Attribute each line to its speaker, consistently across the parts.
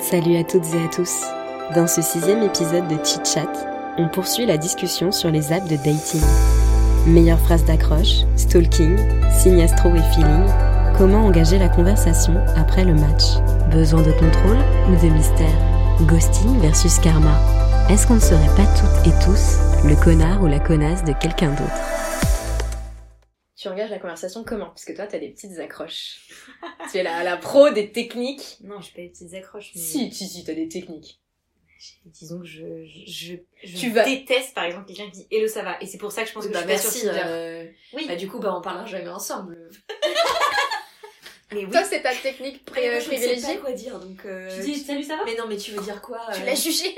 Speaker 1: Salut à toutes et à tous. Dans ce sixième épisode de Chit Chat, on poursuit la discussion sur les apps de dating. Meilleures phrases d'accroche, stalking, signes astro et feeling, comment engager la conversation après le match. Besoin de contrôle ou de mystère Ghosting versus karma. Est-ce qu'on ne serait pas toutes et tous le connard ou la connasse de quelqu'un d'autre
Speaker 2: tu engages la conversation comment Parce que toi, t'as des petites accroches. tu es la, la pro des techniques.
Speaker 3: Non, je fais des petites accroches, mais
Speaker 2: Si, si, si, t'as des techniques.
Speaker 3: disons que je, je, je, je
Speaker 2: Tu vas-
Speaker 3: déteste par exemple quelqu'un qui dit hello ça va et c'est pour ça que je pense que
Speaker 4: bah
Speaker 3: je suis pas sur
Speaker 4: merci.
Speaker 3: Tinder.
Speaker 4: euh,
Speaker 3: Oui,
Speaker 4: Bah du coup bah on parlera jamais ensemble.
Speaker 3: mais oui.
Speaker 2: Toi, c'est ta technique pré-
Speaker 4: Après, moi, je ne sais
Speaker 2: privilégiée
Speaker 4: pas quoi dire donc. euh,
Speaker 3: Tu dis salut ça va
Speaker 4: Mais non mais tu veux dire quoi
Speaker 2: Tu
Speaker 4: euh,
Speaker 2: l'as jugée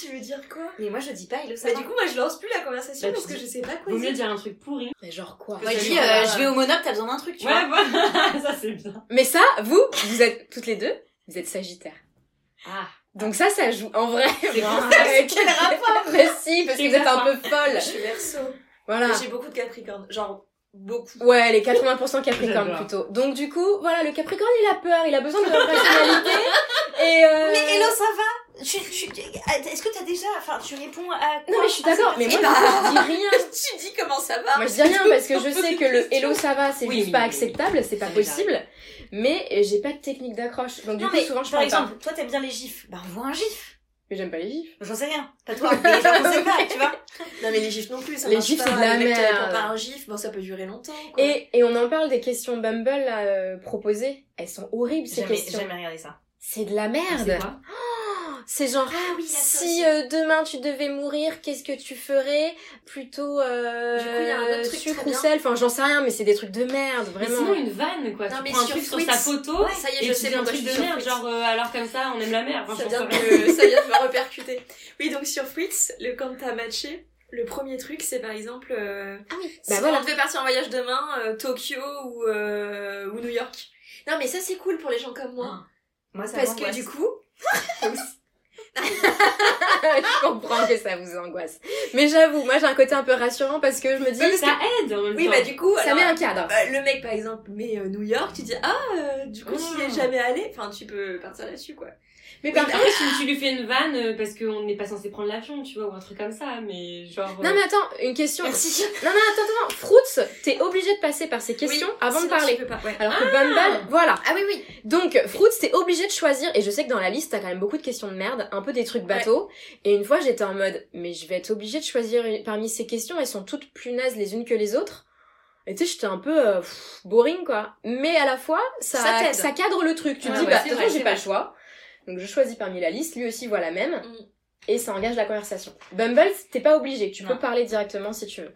Speaker 4: Tu veux dire quoi
Speaker 3: Mais moi je dis pas hello ça
Speaker 4: Bah
Speaker 3: va.
Speaker 4: du coup moi je lance plus la conversation
Speaker 5: Bah,
Speaker 4: parce
Speaker 5: tu
Speaker 4: que je sais pas quoi
Speaker 5: Vaut mieux
Speaker 4: dire.
Speaker 5: dire un truc pourri.
Speaker 2: Mais genre
Speaker 3: Bah,
Speaker 2: quoi
Speaker 4: Moi, je
Speaker 5: que de
Speaker 4: dis,
Speaker 5: dire,
Speaker 4: euh,
Speaker 5: euh,
Speaker 4: je vais au monop t'as besoin d'un truc tu vois.
Speaker 5: Ouais, voilà, ça c'est bien.
Speaker 2: Mais ça, vous, vous êtes toutes les deux, vous êtes sagittaires.
Speaker 5: Ah,
Speaker 2: Donc ça, ça joue en vrai.
Speaker 5: c'est
Speaker 2: Vraiment.
Speaker 5: bon.
Speaker 2: Mais Quel rapport Mais si, parce que
Speaker 5: C'est
Speaker 2: vous êtes un
Speaker 5: ça.
Speaker 2: peu folle.
Speaker 4: Je suis verso.
Speaker 2: Voilà.
Speaker 4: J'ai beaucoup de capricorne. Genre beaucoup.
Speaker 2: Ouais, les 80% Capricorne
Speaker 5: J'adore.
Speaker 2: plutôt. Donc du coup, voilà, le Capricorne, il a peur, il a besoin de personnalité. Et euh...
Speaker 4: Mais hello ça va tu, tu, euh, Est-ce que t'as déjà enfin tu réponds à quoi
Speaker 2: Non mais je suis d'accord, mais moi,
Speaker 4: Eh bah,
Speaker 2: je dis rien.
Speaker 4: tu dis comment ça va
Speaker 2: Moi je dis rien parce que je sais que le hello ça va c'est
Speaker 5: Oui,
Speaker 2: juste
Speaker 5: oui,
Speaker 2: pas
Speaker 5: oui,
Speaker 2: acceptable, c'est pas
Speaker 5: Ça
Speaker 2: possible, mais euh, j'ai pas de technique d'accroche. Donc du
Speaker 4: Non
Speaker 2: coup
Speaker 4: mais
Speaker 2: souvent je
Speaker 4: par
Speaker 2: parle
Speaker 4: exemple
Speaker 2: pas.
Speaker 4: toi t'aimes bien les gifs. Bah on voit un gif.
Speaker 2: Mais j'aime pas les gifs.
Speaker 4: J'en sais rien, pas toi, mais j'en sais pas, tu vois. Non mais les gifs non plus, ça
Speaker 2: Les
Speaker 4: marche
Speaker 2: gifs,
Speaker 4: pas. euh,
Speaker 2: c'est de la
Speaker 4: Le mec te répond
Speaker 2: merde.
Speaker 4: par un gif, bon ça peut durer longtemps. quoi.
Speaker 2: Et, et on en parle des questions Bumble là, euh, proposées. Elles sont horribles ces
Speaker 4: jamais,
Speaker 2: questions.
Speaker 4: jamais regardé ça.
Speaker 2: C'est de la
Speaker 4: bah.
Speaker 5: c'est
Speaker 2: merde.
Speaker 5: quoi
Speaker 2: C'est genre
Speaker 4: Ah oui,
Speaker 2: si euh, demain tu devais mourir, qu'est-ce que tu ferais Plutôt euh,
Speaker 4: Du coup, il y a un autre truc
Speaker 2: sucre
Speaker 4: très
Speaker 2: ou
Speaker 4: bien.
Speaker 2: sel. Enfin j'en sais rien, mais c'est des trucs de merde
Speaker 5: Mais
Speaker 2: vraiment.
Speaker 5: sinon, une vanne quoi.
Speaker 4: Non,
Speaker 5: tu
Speaker 4: mais
Speaker 5: prends un
Speaker 4: sur
Speaker 5: truc sur
Speaker 4: Fritz.
Speaker 5: sa photo.
Speaker 4: Ouais, ça y est,
Speaker 5: et
Speaker 4: je
Speaker 5: tu
Speaker 4: sais
Speaker 5: dis un
Speaker 4: pourquoi
Speaker 5: truc
Speaker 4: je
Speaker 5: de
Speaker 4: suis
Speaker 5: merde,
Speaker 4: sur Fritz.
Speaker 5: genre euh, alors comme ça on aime la mer. Enfin,
Speaker 4: ça,
Speaker 5: je
Speaker 4: vient
Speaker 5: pense
Speaker 4: de
Speaker 5: que-
Speaker 4: me, ça vient de me repercuter. Oui, donc sur Fritz, le quand t'as matché, le premier truc c'est par exemple, euh,
Speaker 2: Ah oui.
Speaker 4: si
Speaker 2: Bah voilà.
Speaker 4: on devait partir en voyage demain, euh, Tokyo ou, euh, ou New York. Ah. Non mais ça c'est cool pour les gens comme moi,
Speaker 3: Moi ça
Speaker 4: parce que du coup,
Speaker 2: je comprends que ça vous angoisse. Mais j'avoue, moi j'ai un côté un peu rassurant parce que je me dis
Speaker 5: Ça aide en même
Speaker 4: oui
Speaker 5: temps.
Speaker 4: bah du coup,
Speaker 2: ça
Speaker 4: alors,
Speaker 2: met un cadre.
Speaker 4: Bah, le mec par exemple met euh, New York, tu dis ah euh, du coup tu n'y es
Speaker 5: Ah.
Speaker 4: jamais allé, enfin tu peux partir là-dessus quoi.
Speaker 2: Mais
Speaker 3: bah,
Speaker 5: Par
Speaker 2: par
Speaker 5: contre, tu, tu lui fais une vanne euh, parce qu'on n'est pas censé prendre l'avion, tu vois, ou un truc comme ça, mais genre. euh,
Speaker 2: Non mais attends, une question.
Speaker 4: Merci.
Speaker 2: Non non attends attends, Fruits, t'es obligé de passer par ces questions avant de
Speaker 4: sinon,
Speaker 2: parler.
Speaker 4: tu peux pas, ouais.
Speaker 2: Alors que Bumble, voilà.
Speaker 4: Ah oui oui.
Speaker 2: Donc Fruits, t'es obligé de choisir. Et je sais que dans la liste, t'as quand même beaucoup de questions de merde, un peu des trucs bateaux. Et une fois, j'étais en mode, mais je vais être obligée de choisir une- parmi ces questions. Elles sont toutes plus nazes les unes que les autres. Et tu sais, j'étais un peu euh, pff, boring quoi. Mais à la fois, ça
Speaker 4: Ça
Speaker 2: ça,
Speaker 4: t'aide.
Speaker 2: cadre le truc. Tu te
Speaker 5: Ouais,
Speaker 2: dis,
Speaker 5: ouais,
Speaker 2: bah de
Speaker 5: c'est
Speaker 2: toute
Speaker 5: vrai,
Speaker 2: façon, j'ai
Speaker 5: c'est
Speaker 2: pas le
Speaker 5: vrai.
Speaker 2: choix. Donc je choisis parmi la liste. Lui aussi voit la même.
Speaker 4: Mm.
Speaker 2: Et ça engage la conversation. Bumble, t'es pas obligé. Tu peux
Speaker 3: Non.
Speaker 2: parler directement si tu veux.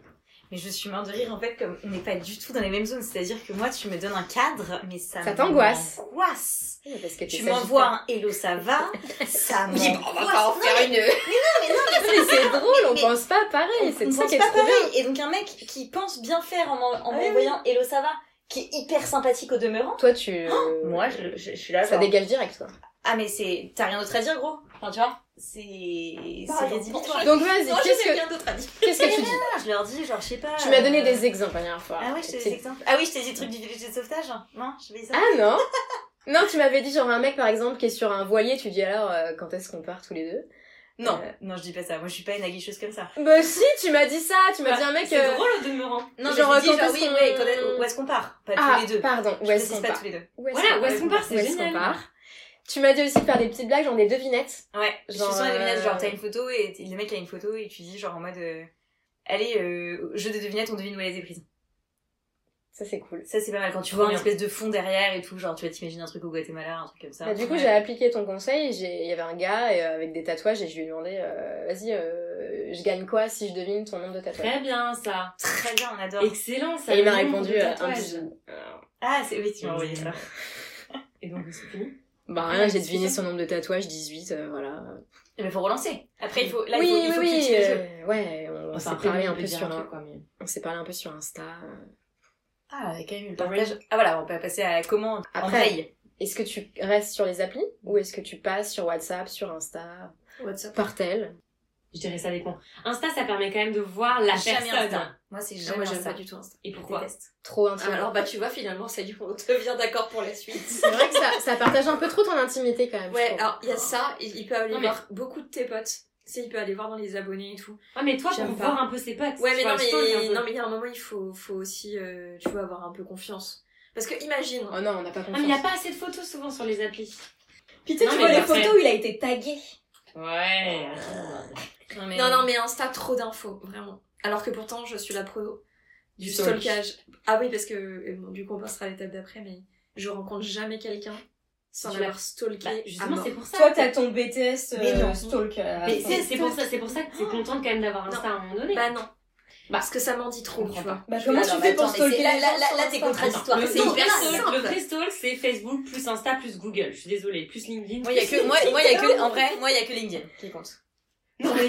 Speaker 3: Mais je suis morte de rire en fait comme on n'est pas du tout dans les mêmes zones, c'est-à-dire que moi tu me donnes un cadre mais ça
Speaker 2: Ça t'angoisse.
Speaker 3: m'angoisse.
Speaker 2: Parce que t'es
Speaker 3: Tu
Speaker 2: sagittaire.
Speaker 3: m'envoies un hello ça va, ça m'angoisse.
Speaker 5: bah,
Speaker 4: faire une.
Speaker 2: Mais c'est drôle, on
Speaker 3: Mais-
Speaker 2: pense pas
Speaker 3: On-
Speaker 2: pareil. C'est
Speaker 3: on
Speaker 2: de ça
Speaker 3: pense
Speaker 2: qui est
Speaker 3: pas
Speaker 2: trop bien.
Speaker 3: pareil. Et donc un mec qui pense bien faire en m'en- en
Speaker 4: Ah oui,
Speaker 3: m'envoyant hello ça va, qui est hyper sympathique au demeurant.
Speaker 2: Toi, tu.
Speaker 3: Moi je, je- je suis là
Speaker 2: Ça
Speaker 3: genre,
Speaker 2: dégage direct, quoi.
Speaker 3: Ah mais c'est t'as rien d'autre à dire gros. Enfin tu vois, c'est
Speaker 2: Bah,
Speaker 3: c'est rédhibitoire.
Speaker 2: Donc, vas-y,
Speaker 4: Non, je
Speaker 2: qu'est-ce
Speaker 4: sais
Speaker 2: que,
Speaker 4: bien d'autres amis.
Speaker 2: qu'est-ce que tu dis
Speaker 3: Je leur dis genre je sais pas.
Speaker 2: Tu m'as donné
Speaker 3: euh,
Speaker 2: des exemples la dernière fois.
Speaker 3: Ah ouais, je te des
Speaker 2: C'est-
Speaker 3: exemples. Ah oui, je t'ai dit le truc du village de sauvetage. hein. Non, je vais ça.
Speaker 2: Ah non Non, tu m'avais dit, genre, un mec, par exemple, qui est sur un voilier, tu dis alors, euh, quand est-ce qu'on part tous les deux
Speaker 3: non,
Speaker 2: euh,
Speaker 3: non, je dis pas ça. Moi, je suis pas une aguicheuse comme ça.
Speaker 2: Bah, si, tu m'as dit ça, tu
Speaker 3: Bah,
Speaker 2: m'as dit un mec.
Speaker 5: C'est
Speaker 2: euh,
Speaker 5: drôle au demeurant.
Speaker 3: Non,
Speaker 2: Genre,
Speaker 3: genre, je dis,
Speaker 2: quand
Speaker 3: genre
Speaker 2: est-ce
Speaker 3: oui,
Speaker 2: qu'on-
Speaker 3: ouais, quand est- où est-ce qu'on part Pas
Speaker 2: Ah,
Speaker 3: tous les deux.
Speaker 2: pardon, où
Speaker 3: je
Speaker 2: est-ce
Speaker 3: précise
Speaker 2: qu'on
Speaker 3: pas
Speaker 2: part
Speaker 3: tous les deux.
Speaker 2: Où est-ce
Speaker 5: Voilà,
Speaker 2: qu'on
Speaker 5: où est-ce qu'on part,
Speaker 2: Où
Speaker 5: c'est
Speaker 2: est-ce qu'on
Speaker 5: génial.
Speaker 2: part Tu m'as dit aussi de faire des petites blagues, genre des devinettes.
Speaker 3: Ouais, je suis
Speaker 2: Genre,
Speaker 3: souvent à des devinettes,
Speaker 2: euh,
Speaker 3: genre t'as une photo et t- le mec a une photo et tu dis genre en mode euh, allez euh, jeu de devinettes, on devine où elle est prise.
Speaker 2: Ça, c'est cool.
Speaker 3: Ça c'est pas mal quand tu
Speaker 5: Trop
Speaker 3: vois un
Speaker 5: bien.
Speaker 3: espèce de fond derrière et tout, genre tu vas t'imaginer un truc au Guatemala, un truc comme ça.
Speaker 2: Bah, du coup, j'ai appliqué ton conseil. j'ai- Il y avait un gars euh, avec des tatouages et je lui ai demandé euh, Vas-y, euh, je gagne quoi si je devine ton nombre de tatouages
Speaker 5: Très bien ça.
Speaker 3: très bien, on adore.
Speaker 5: Excellent ça.
Speaker 2: Et il m'a
Speaker 5: le nombre
Speaker 2: répondu
Speaker 5: de
Speaker 2: euh, un
Speaker 5: tatouages.
Speaker 2: petit.
Speaker 5: Alors,
Speaker 3: Ah, c'est oui, tu m'as envoyé ça.
Speaker 5: Et donc, c'est fini.
Speaker 2: Bah rien,
Speaker 3: Ouais,
Speaker 2: j'ai
Speaker 3: c'est
Speaker 2: deviné
Speaker 3: ça.
Speaker 2: son nombre de tatouages, 18, euh, voilà.
Speaker 3: Mais faut relancer. Après, il faut, là,
Speaker 2: oui,
Speaker 3: il faut, il faut
Speaker 2: oui,
Speaker 3: que tu
Speaker 2: oui,
Speaker 3: utilises le-
Speaker 2: euh, ouais, on, on s'est
Speaker 5: après,
Speaker 2: parlé
Speaker 5: on
Speaker 2: un
Speaker 5: peut
Speaker 2: peu
Speaker 5: dire
Speaker 2: sur,
Speaker 5: truc,
Speaker 2: un-
Speaker 5: quoi, mais-
Speaker 2: on s'est parlé un peu sur Insta. euh.
Speaker 3: Ah, il y a quand même eu le partage. Ah voilà, on peut passer à la commande en
Speaker 2: Après.
Speaker 3: veille.
Speaker 2: Est-ce que tu restes sur les applis ou est-ce que tu passes sur WhatsApp, sur Insta,
Speaker 4: WhatsApp.
Speaker 2: par tel
Speaker 5: Je dirais ça dépend. Insta, ça permet quand même de voir la
Speaker 3: Jamais
Speaker 5: personne.
Speaker 3: Insta. Moi, c'est
Speaker 4: Ah,
Speaker 3: jamais
Speaker 4: moi, j'aime
Speaker 3: Insta.
Speaker 4: pas du tout Insta.
Speaker 5: Et pourquoi
Speaker 3: Déteste.
Speaker 2: Trop
Speaker 4: Ah,
Speaker 2: intime.
Speaker 4: alors, bah, tu vois, finalement, ça y est, on devient d'accord pour la suite.
Speaker 2: C'est vrai que ça, ça partage un peu trop ton intimité quand même. je
Speaker 4: Ouais,
Speaker 2: trouve.
Speaker 4: alors, il y a ça, il, il peut aller
Speaker 5: Non, mais-
Speaker 4: voir beaucoup de tes potes. Tu sais, il peut aller voir dans les abonnés et tout.
Speaker 5: Ouais, Ah, mais toi, pour
Speaker 4: J'aime pas.
Speaker 5: voir un peu ses potes.
Speaker 4: Ouais, mais
Speaker 5: tu
Speaker 4: non,
Speaker 5: vois, je sens qu'il y a
Speaker 4: mais,
Speaker 5: un peu-
Speaker 4: non, mais il y a un moment, il faut, faut aussi, euh, tu vois, avoir un peu confiance. Parce que, imagine.
Speaker 2: Oh non, on n'a pas
Speaker 5: Ah, mais il n'y a
Speaker 2: confiance.
Speaker 5: pas assez de photos souvent sur les applis.
Speaker 2: Puis
Speaker 5: tu Non, vois mais les parfait. photos
Speaker 2: où il a été tagué.
Speaker 5: Ouais.
Speaker 3: Non, mais...
Speaker 4: Non, non, mais Insta, trop d'infos, vraiment. Alors que pourtant, je suis la pro du
Speaker 5: Du stalk.
Speaker 4: stalkage. Ah oui, parce que, euh, bon, du coup, on passera à l'étape d'après, mais je rencontre jamais quelqu'un sans
Speaker 5: Tu
Speaker 4: l'avoir stalké.
Speaker 5: Bah,
Speaker 4: à
Speaker 5: justement,
Speaker 4: mort.
Speaker 5: c'est pour ça.
Speaker 6: Toi, t'as ton BTS
Speaker 3: Mais
Speaker 6: euh,
Speaker 3: non.
Speaker 6: stalk. euh,
Speaker 5: Mais
Speaker 6: attends.
Speaker 5: c'est c'est pour ça, c'est pour ça que t'es contente quand même d'avoir Insta à un moment donné.
Speaker 4: Bah non. Parce que ça m'en dit trop,
Speaker 5: comprends
Speaker 4: tu vois.
Speaker 6: Bah, comment
Speaker 2: Ah
Speaker 3: Alors,
Speaker 6: tu fais
Speaker 3: attends,
Speaker 6: pour
Speaker 3: mais
Speaker 6: stalker
Speaker 3: c'est- là-
Speaker 6: les
Speaker 3: là-
Speaker 6: gens
Speaker 3: là,
Speaker 6: sur
Speaker 3: t'es
Speaker 6: Insta
Speaker 3: contradictoire.
Speaker 5: le
Speaker 3: c'est
Speaker 5: vrai
Speaker 3: hyper
Speaker 5: stalk-
Speaker 3: simple.
Speaker 5: le vrai stalk, c'est Facebook plus Insta plus Google. Je suis désolée, plus LinkedIn.
Speaker 3: Moi, il y a que, moi, moi, il y a que, en vrai, moi, il y a que LinkedIn qui compte.
Speaker 5: Non, mais-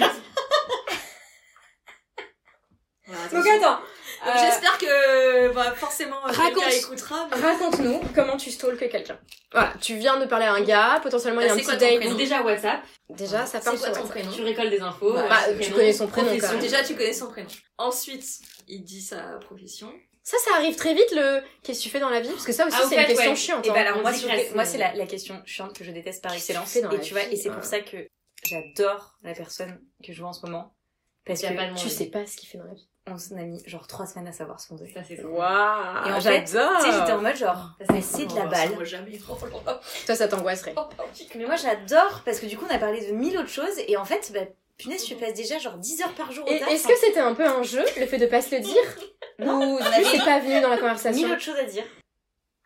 Speaker 4: Voilà,
Speaker 6: Donc,
Speaker 4: attention.
Speaker 6: attends.
Speaker 4: Donc,
Speaker 6: euh,
Speaker 4: j'espère que bah, forcément euh,
Speaker 2: raconte.
Speaker 4: quelqu'un écoutera. mais-
Speaker 2: Raconte-nous comment tu stalkes quelqu'un. Voilà, tu viens de parler à un gars, potentiellement il y a
Speaker 3: Bah,
Speaker 2: un
Speaker 3: c'est
Speaker 2: petit
Speaker 3: quoi ton
Speaker 2: date.
Speaker 3: prénom
Speaker 5: Donc déjà WhatsApp,
Speaker 2: Déjà, ça part
Speaker 4: C'est
Speaker 2: sur
Speaker 4: quoi ton
Speaker 2: WhatsApp.
Speaker 4: prénom
Speaker 5: tu récoltes des infos.
Speaker 2: Bah,
Speaker 5: euh,
Speaker 2: bah,
Speaker 5: son
Speaker 2: tu connais son prénom, quand
Speaker 5: profession.
Speaker 2: même.
Speaker 4: Déjà, tu connais son prénom. Ensuite, il dit sa profession.
Speaker 2: Ça, ça arrive très vite le qu'est-ce que tu fais dans la vie Parce que ça aussi,
Speaker 5: Ah, au
Speaker 2: c'est
Speaker 5: fait,
Speaker 2: une question
Speaker 5: ouais.
Speaker 2: chiante.
Speaker 3: Et
Speaker 2: hein.
Speaker 3: bah alors
Speaker 5: on
Speaker 3: moi,
Speaker 5: dit
Speaker 3: c'est-
Speaker 5: presque.
Speaker 3: moi c'est la, la question chiante que je déteste par excellence.
Speaker 2: fais dans
Speaker 3: Et
Speaker 2: la
Speaker 3: tu vois,
Speaker 2: vie,
Speaker 3: et c'est
Speaker 2: ouais.
Speaker 3: pour ça que j'adore la personne que je vois en ce moment. Parce
Speaker 5: Tu as
Speaker 3: que
Speaker 5: pas demandé.
Speaker 2: Tu sais pas ce qu'il fait dans la vie.
Speaker 3: on s'en a mis genre trois semaines à savoir son deuil.
Speaker 5: Ça c'est ça.
Speaker 2: Waouh
Speaker 3: Et en fait,
Speaker 2: J'adore
Speaker 3: Tu sais, j'étais en mode genre,
Speaker 5: Ça, c'est-
Speaker 3: passer de la
Speaker 4: Oh,
Speaker 3: balle.
Speaker 4: ça, moi, jamais.
Speaker 2: Toi, ça t'angoisserait.
Speaker 3: Mais moi j'adore parce que du coup on a parlé de mille autres choses et en fait, bah, punaise, tu passes déjà genre 10 heures par jour
Speaker 2: Et
Speaker 3: au taf. hein.
Speaker 2: est-ce que c'était un peu un jeu, le fait de pas se le dire
Speaker 3: Non,
Speaker 2: Ou
Speaker 3: on
Speaker 2: juste
Speaker 3: avait
Speaker 2: c'est pas venu dans la
Speaker 3: mille
Speaker 2: conversation
Speaker 3: autres choses à dire.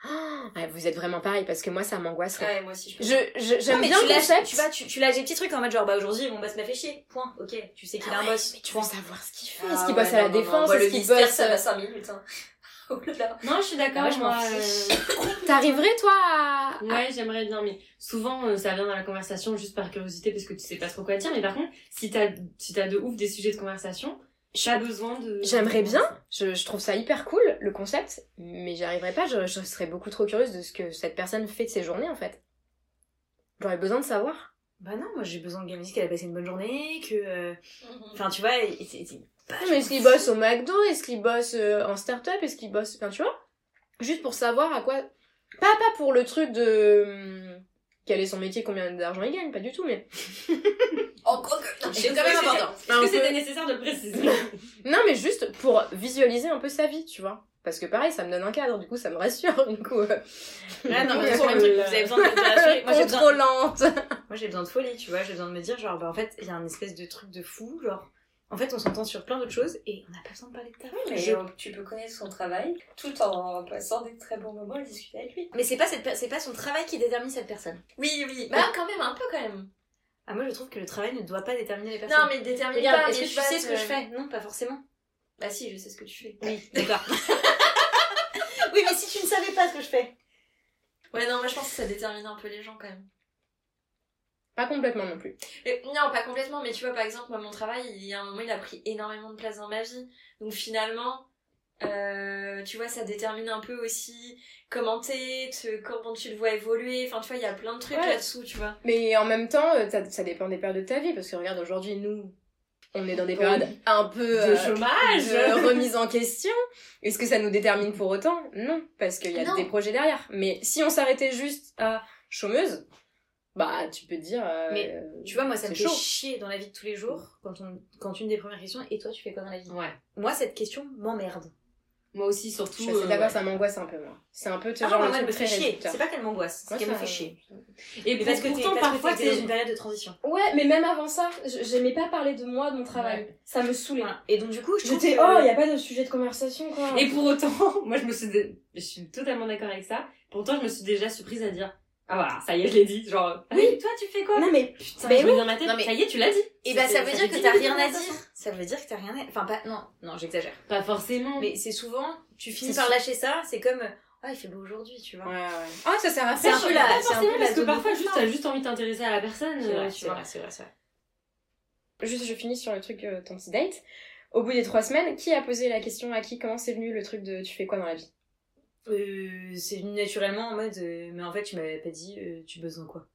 Speaker 2: Ah, Vous êtes vraiment pareil, parce que moi, ça m'angoisserait.
Speaker 4: Ouais, moi aussi, je peux.
Speaker 2: Je, je-
Speaker 3: Non,
Speaker 2: j'aime
Speaker 3: mais
Speaker 2: bien
Speaker 3: tu
Speaker 2: le
Speaker 3: lâches,
Speaker 2: concept.
Speaker 3: tu vois, tu, tu lâches des petits trucs en mode genre bah aujourd'hui mon boss m'a fait chier, point, ok, tu sais qu'il a un
Speaker 2: Ah Ouais,
Speaker 3: boss,
Speaker 2: mais tu veux
Speaker 3: point.
Speaker 2: savoir ce qu'il fait,
Speaker 4: Ah
Speaker 2: est-ce qu'il
Speaker 4: ouais,
Speaker 2: bosse à
Speaker 4: non,
Speaker 2: la
Speaker 4: non, non,
Speaker 2: défense,
Speaker 4: moi,
Speaker 2: est-ce
Speaker 4: le
Speaker 2: qu'il
Speaker 4: mystère,
Speaker 2: bosse...
Speaker 4: ça
Speaker 2: euh,
Speaker 4: va 5 minutes. hein. Oh là là.
Speaker 5: Non, je suis d'accord.
Speaker 3: Ah ouais, je m'en
Speaker 5: moi,
Speaker 3: fiche.
Speaker 5: euh,
Speaker 2: T'arriverais, toi, à...
Speaker 5: Ouais, j'aimerais bien, mais souvent euh, ça vient dans la conversation juste par curiosité parce que tu sais pas trop quoi dire. Mais par contre, si t'as si t'as de ouf des sujets de conversation, t'as besoin de.
Speaker 2: J'aimerais bien. Je, je trouve ça hyper cool, le concept, mais j'y arriverais pas, je, je serais beaucoup trop curieuse de ce que cette personne fait de ses journées, en fait. J'aurais besoin de savoir.
Speaker 3: Bah non, moi j'ai besoin de Gamlis qu'elle a passé une bonne journée, que... euh, Enfin tu vois, et- et c'est- c'est-
Speaker 2: Mais est-ce qu'il bosse au McDo Est-ce qu'il bosse euh, en start-up Est-ce qu'il bosse... Enfin, tu vois Juste pour savoir à quoi... Pas, pas pour le truc de... hum, Quel est son métier, combien d'argent il gagne, pas du tout, mais...
Speaker 4: Oh, quoi que.
Speaker 5: Est-ce
Speaker 4: C'est
Speaker 5: que
Speaker 4: quand même
Speaker 5: c'était-
Speaker 4: important.
Speaker 5: Est-ce
Speaker 2: Un
Speaker 5: que
Speaker 2: peu.
Speaker 5: c'était nécessaire de le préciser
Speaker 2: Non, mais juste pour visualiser un peu sa vie, tu vois. Parce que pareil, ça me donne un cadre, du coup, ça me rassure, du coup... euh,
Speaker 3: Là, Ah, non, mais
Speaker 5: Ouais,
Speaker 3: c'est le même truc, vous avez besoin de de rassurer. Moi, j'ai besoin,
Speaker 2: Contrôlante
Speaker 3: moi, j'ai besoin de folie, tu vois. J'ai besoin de me dire, genre, bah, en fait, il y a un espèce de truc de fou, genre. En fait, on s'entend sur plein d'autres choses et on n'a pas besoin de parler de taf.
Speaker 4: Mais
Speaker 3: Je-
Speaker 4: euh, tu peux connaître son travail tout en passant des très bons moments et discuter avec lui.
Speaker 3: Mais c'est pas, cette per- c'est pas son travail qui détermine cette personne.
Speaker 4: Oui, oui. Bah, quand même, un peu quand même.
Speaker 3: Ah, moi, je trouve que le travail ne doit pas déterminer les personnes.
Speaker 4: Non, mais détermine
Speaker 3: regarde,
Speaker 4: pas.
Speaker 3: est-ce que
Speaker 4: mais
Speaker 3: tu
Speaker 4: vois,
Speaker 3: sais ce que
Speaker 4: euh,
Speaker 3: je fais Non, pas forcément.
Speaker 4: Bah, si, je sais ce que tu fais.
Speaker 3: Oui, d'accord. oui, mais si tu ne savais pas ce que je fais.
Speaker 4: Ouais, non, moi, je pense que ça détermine un peu les gens quand même.
Speaker 2: Pas complètement non plus.
Speaker 4: Et- Euh, non, pas complètement, mais tu vois, par exemple, moi, mon travail, il y a un moment, il a pris énormément de place dans ma vie. Donc, finalement. euh, tu vois, ça détermine un peu aussi comment t'es, te- comment tu le vois évoluer. Enfin, tu vois, il y a plein de trucs
Speaker 2: Ouais.
Speaker 4: là-dessous, tu vois.
Speaker 2: Mais en même temps, euh, ça, ça dépend des périodes de ta vie, parce que regarde, aujourd'hui, nous, on est dans des périodes un peu euh,
Speaker 5: De chômage
Speaker 2: de remise en question. Est-ce que ça nous détermine pour autant Non, parce qu'il y a
Speaker 4: Non.
Speaker 2: des projets derrière. Mais si on s'arrêtait juste à chômeuse, bah tu peux te dire... euh,
Speaker 3: Mais Tu vois, moi, ça me
Speaker 2: C'est
Speaker 3: fait
Speaker 2: chaud.
Speaker 3: chier dans la vie de tous les jours quand, on... quand une des premières questions est toi, tu fais quoi dans la vie
Speaker 5: Ouais.
Speaker 3: Moi, cette question m'emmerde.
Speaker 5: Moi aussi,
Speaker 2: je
Speaker 5: surtout.
Speaker 2: suis assez
Speaker 5: euh,
Speaker 2: d'accord,
Speaker 5: ouais.
Speaker 2: ça m'angoisse un peu, moi. C'est un peu ce
Speaker 3: Ah,
Speaker 2: genre
Speaker 3: moi,
Speaker 2: de
Speaker 3: elle
Speaker 2: truc
Speaker 3: me
Speaker 2: très
Speaker 3: fait chier.
Speaker 2: réducteur.
Speaker 3: C'est pas qu'elle m'angoisse, c'est
Speaker 2: Moi,
Speaker 3: qu'elle me
Speaker 2: ça- euh,
Speaker 3: fait chier.
Speaker 5: Et
Speaker 3: Mais parce que t'es
Speaker 5: pourtant,
Speaker 3: parce que
Speaker 5: parfois,
Speaker 3: t'es
Speaker 5: t'es-
Speaker 3: dans une période de transition.
Speaker 6: Ouais, mais même avant ça, je- j'aimais pas parler de moi, de mon travail. Ça me saoulait.
Speaker 3: Voilà. Et donc du coup, je trouve
Speaker 6: J'étais,
Speaker 3: que-
Speaker 6: oh, y a pas de sujet de conversation, quoi.
Speaker 5: Et pour autant, moi je me suis, dé- je suis totalement d'accord avec ça. Pourtant, je me suis déjà surprise à dire, ah voilà, ça y est, je l'ai dit. Genre, oui, toi, tu fais quoi
Speaker 6: Non, mais
Speaker 5: Putain,
Speaker 3: mais
Speaker 5: je me dis dans ma tête,
Speaker 3: Non, mais-
Speaker 5: ça y est, tu l'as dit.
Speaker 3: Et bah ça
Speaker 5: Eh ben,
Speaker 3: veut
Speaker 5: Ça fait
Speaker 3: dire que
Speaker 5: dix
Speaker 3: t'as
Speaker 5: minutes
Speaker 3: rien
Speaker 2: hein.
Speaker 5: de
Speaker 3: à dire.
Speaker 5: conversation.
Speaker 3: Ça veut dire que t'as rien à... Enfin pas... Non, non, j'exagère.
Speaker 5: Pas forcément.
Speaker 2: Mm.
Speaker 3: Mais c'est souvent, tu finis
Speaker 5: C'est
Speaker 3: par
Speaker 5: sou-
Speaker 3: lâcher ça, c'est comme... euh, Ah,
Speaker 4: ah, il fait beau aujourd'hui, tu vois.
Speaker 2: Ouais, ouais. Ah, ça sert à
Speaker 4: C'est
Speaker 2: faire.
Speaker 4: un peu
Speaker 5: Pas
Speaker 4: la. c'est un peu
Speaker 5: forcément
Speaker 4: la
Speaker 5: parce que
Speaker 4: zone de
Speaker 5: parfois juste
Speaker 4: confort.
Speaker 5: t'as juste envie de t'intéresser à la personne
Speaker 2: C'est vrai,
Speaker 5: euh,
Speaker 2: c'est
Speaker 5: tu vois
Speaker 2: vrai, Juste, je finis sur le truc euh, ton petit date. Au bout des trois semaines, qui a posé la question à qui Comment c'est venu le truc de tu fais quoi dans la vie
Speaker 3: Euh, c'est venu naturellement en mode, euh, mais en fait, tu m'avais pas dit, euh, tu bosses dans quoi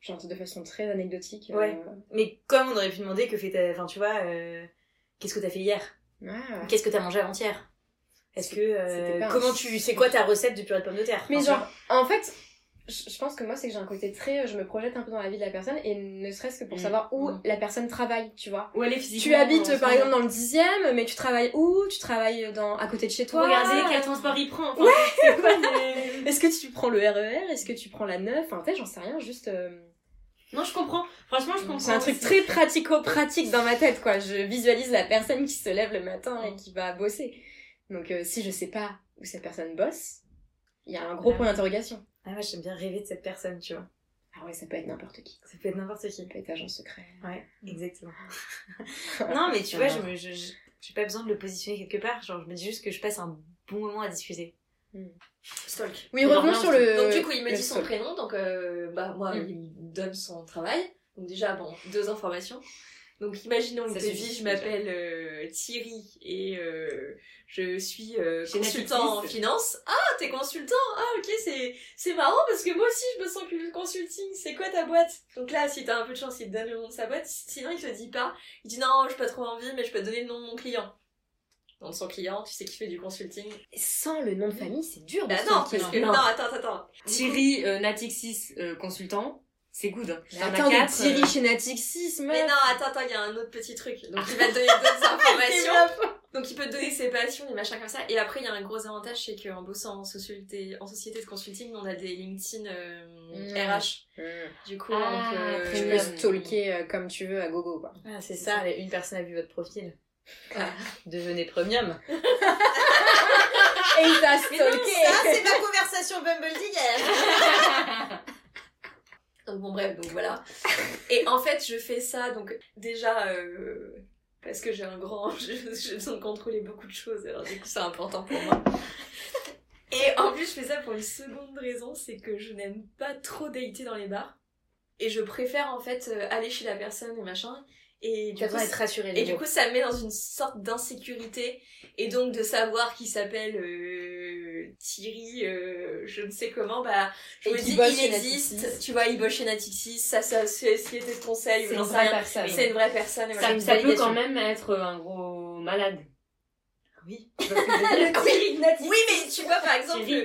Speaker 2: Genre de façon très anecdotique. euh,
Speaker 3: Ouais. Mais comme on aurait pu demander que fait ta. Enfin, tu vois, euh, qu'est-ce que t'as fait hier
Speaker 2: ouais, ouais.
Speaker 3: Qu'est-ce que t'as mangé avant-hier Est-ce que. euh,
Speaker 2: C'était pas un-
Speaker 3: comment tu. C'est quoi ta recette de purée de pommes de terre
Speaker 2: Mais
Speaker 3: Enfin,
Speaker 2: genre, en fait, je je pense que moi, c'est que j'ai un côté très. euh, Je me projette un peu dans la vie de la personne et ne serait-ce que pour
Speaker 3: Mm.
Speaker 2: savoir où
Speaker 3: Mm.
Speaker 2: la personne travaille, tu vois.
Speaker 5: Ou aller physiquement.
Speaker 2: Tu habites
Speaker 5: ensemble.
Speaker 2: euh, par exemple dans le dixième, mais tu travailles où Tu travailles dans à côté de chez toi
Speaker 5: Regardez quel transport il prend. enfin, c'est quoi, mais-
Speaker 2: Est-ce que tu prends le RER Est-ce que tu prends la 9 Enfin, tu sais, j'en sais rien, juste. euh,
Speaker 5: Non, je comprends. Franchement, je comprends.
Speaker 2: C'est un truc
Speaker 5: aussi.
Speaker 2: très pratico-pratique dans ma tête, quoi. Je visualise la personne qui se lève le matin et qui va bosser. Donc, euh, si je sais pas où cette personne bosse, il y a un gros
Speaker 3: Ah
Speaker 4: Bah
Speaker 2: point
Speaker 3: ouais.
Speaker 2: d'interrogation.
Speaker 3: Ah, moi, j'aime bien rêver de cette personne, tu vois.
Speaker 2: Ah ouais, ça peut être n'importe qui.
Speaker 3: Ça peut être n'importe qui.
Speaker 2: Ça peut être agent secret.
Speaker 3: Ouais, exactement. non, mais tu vois, je me- je- je- j'ai pas besoin de le positionner quelque part. Genre, je me dis juste que je passe un bon moment à discuter.
Speaker 4: Stalk.
Speaker 2: Oui, revenons sur le.
Speaker 4: Donc, du coup, il me
Speaker 2: le
Speaker 4: dit son
Speaker 2: stalk.
Speaker 4: prénom, donc, euh, bah, moi,
Speaker 2: Mm.
Speaker 4: il me donne son travail. Donc, déjà, bon, deux informations. Donc, imaginons que
Speaker 5: Ça
Speaker 4: te
Speaker 5: suffit,
Speaker 4: dis, je
Speaker 5: déjà.
Speaker 4: m'appelle euh, Thierry et euh, je suis euh,
Speaker 5: Généticiste.
Speaker 4: consultant en finance. Ah, t'es consultant Ah, ok, c'est c'est marrant parce que moi aussi, je me sens que consulting. C'est quoi ta boîte Donc là, si t'as un peu de chance, il te donne le nom de sa boîte. Sinon, il te dit pas. Il dit, non, j'ai pas trop envie, mais je peux te donner le nom de mon client. Donc, son client, tu sais qu'il fait du consulting.
Speaker 2: Sans le nom de famille, c'est dur. de
Speaker 4: Bah non,
Speaker 2: stalker.
Speaker 4: parce que...
Speaker 5: non.
Speaker 4: Non, attends, attends.
Speaker 5: Thierry euh, Natixis euh, consultant, c'est good. hein. T'en as
Speaker 2: Attends, mais
Speaker 5: quatre,
Speaker 2: Thierry
Speaker 5: euh,
Speaker 2: chez Natixis,
Speaker 4: Mais
Speaker 2: meuf.
Speaker 4: non, attends, attends, il y a un autre petit truc. Donc il va te donner d'autres informations. Donc il peut te donner ses passions, des machins comme ça. Et après, il y a un gros avantage, c'est qu'en bossant en société, en société de consulting, on a des LinkedIn euh,
Speaker 2: Mm.
Speaker 4: RH.
Speaker 2: Mmh.
Speaker 4: Du coup, on
Speaker 5: Ah,
Speaker 4: peut...
Speaker 5: très
Speaker 2: Tu
Speaker 5: bien.
Speaker 2: peux stalker euh, comme tu veux à gogo, quoi.
Speaker 3: Ah, c'est ça, une personne a vu votre profil.
Speaker 4: Ah.
Speaker 3: Devenez premium.
Speaker 4: Ah,
Speaker 2: Et il t'a stalké
Speaker 3: c'est ma conversation Bumble d'hier.
Speaker 4: Donc bon, bref, donc voilà. Et en fait, je fais ça, donc déjà... euh, Parce que j'ai un grand, je- j'ai besoin de contrôler beaucoup de choses, alors du coup c'est important pour moi. Et en plus, je fais ça pour une seconde raison, c'est que je n'aime pas trop dater dans les bars. Et je préfère en fait euh, aller chez la personne et machin. Et du,
Speaker 3: Tu
Speaker 4: coup,
Speaker 3: vas être rassurée.
Speaker 4: et du coup, ça me met dans une sorte d'insécurité. Et donc, de savoir qu'il s'appelle euh, Thierry, euh, je ne sais comment, bah, je
Speaker 2: Et
Speaker 4: me
Speaker 2: qu'il
Speaker 4: dis,
Speaker 2: bosse chez
Speaker 4: il existe.
Speaker 2: Natixis.
Speaker 4: Tu vois, il bosse chez Natixis, ça, ça, société de conseil, ou
Speaker 5: C'est
Speaker 4: j'en
Speaker 5: une
Speaker 4: sais
Speaker 5: vraie
Speaker 4: rien.
Speaker 5: personne.
Speaker 4: C'est une vraie personne. et voilà.
Speaker 5: Ça, ça peut quand même être un gros malade.
Speaker 3: Oui.
Speaker 4: Thierry Oui, mais tu vois, par exemple, euh,
Speaker 5: Thierry.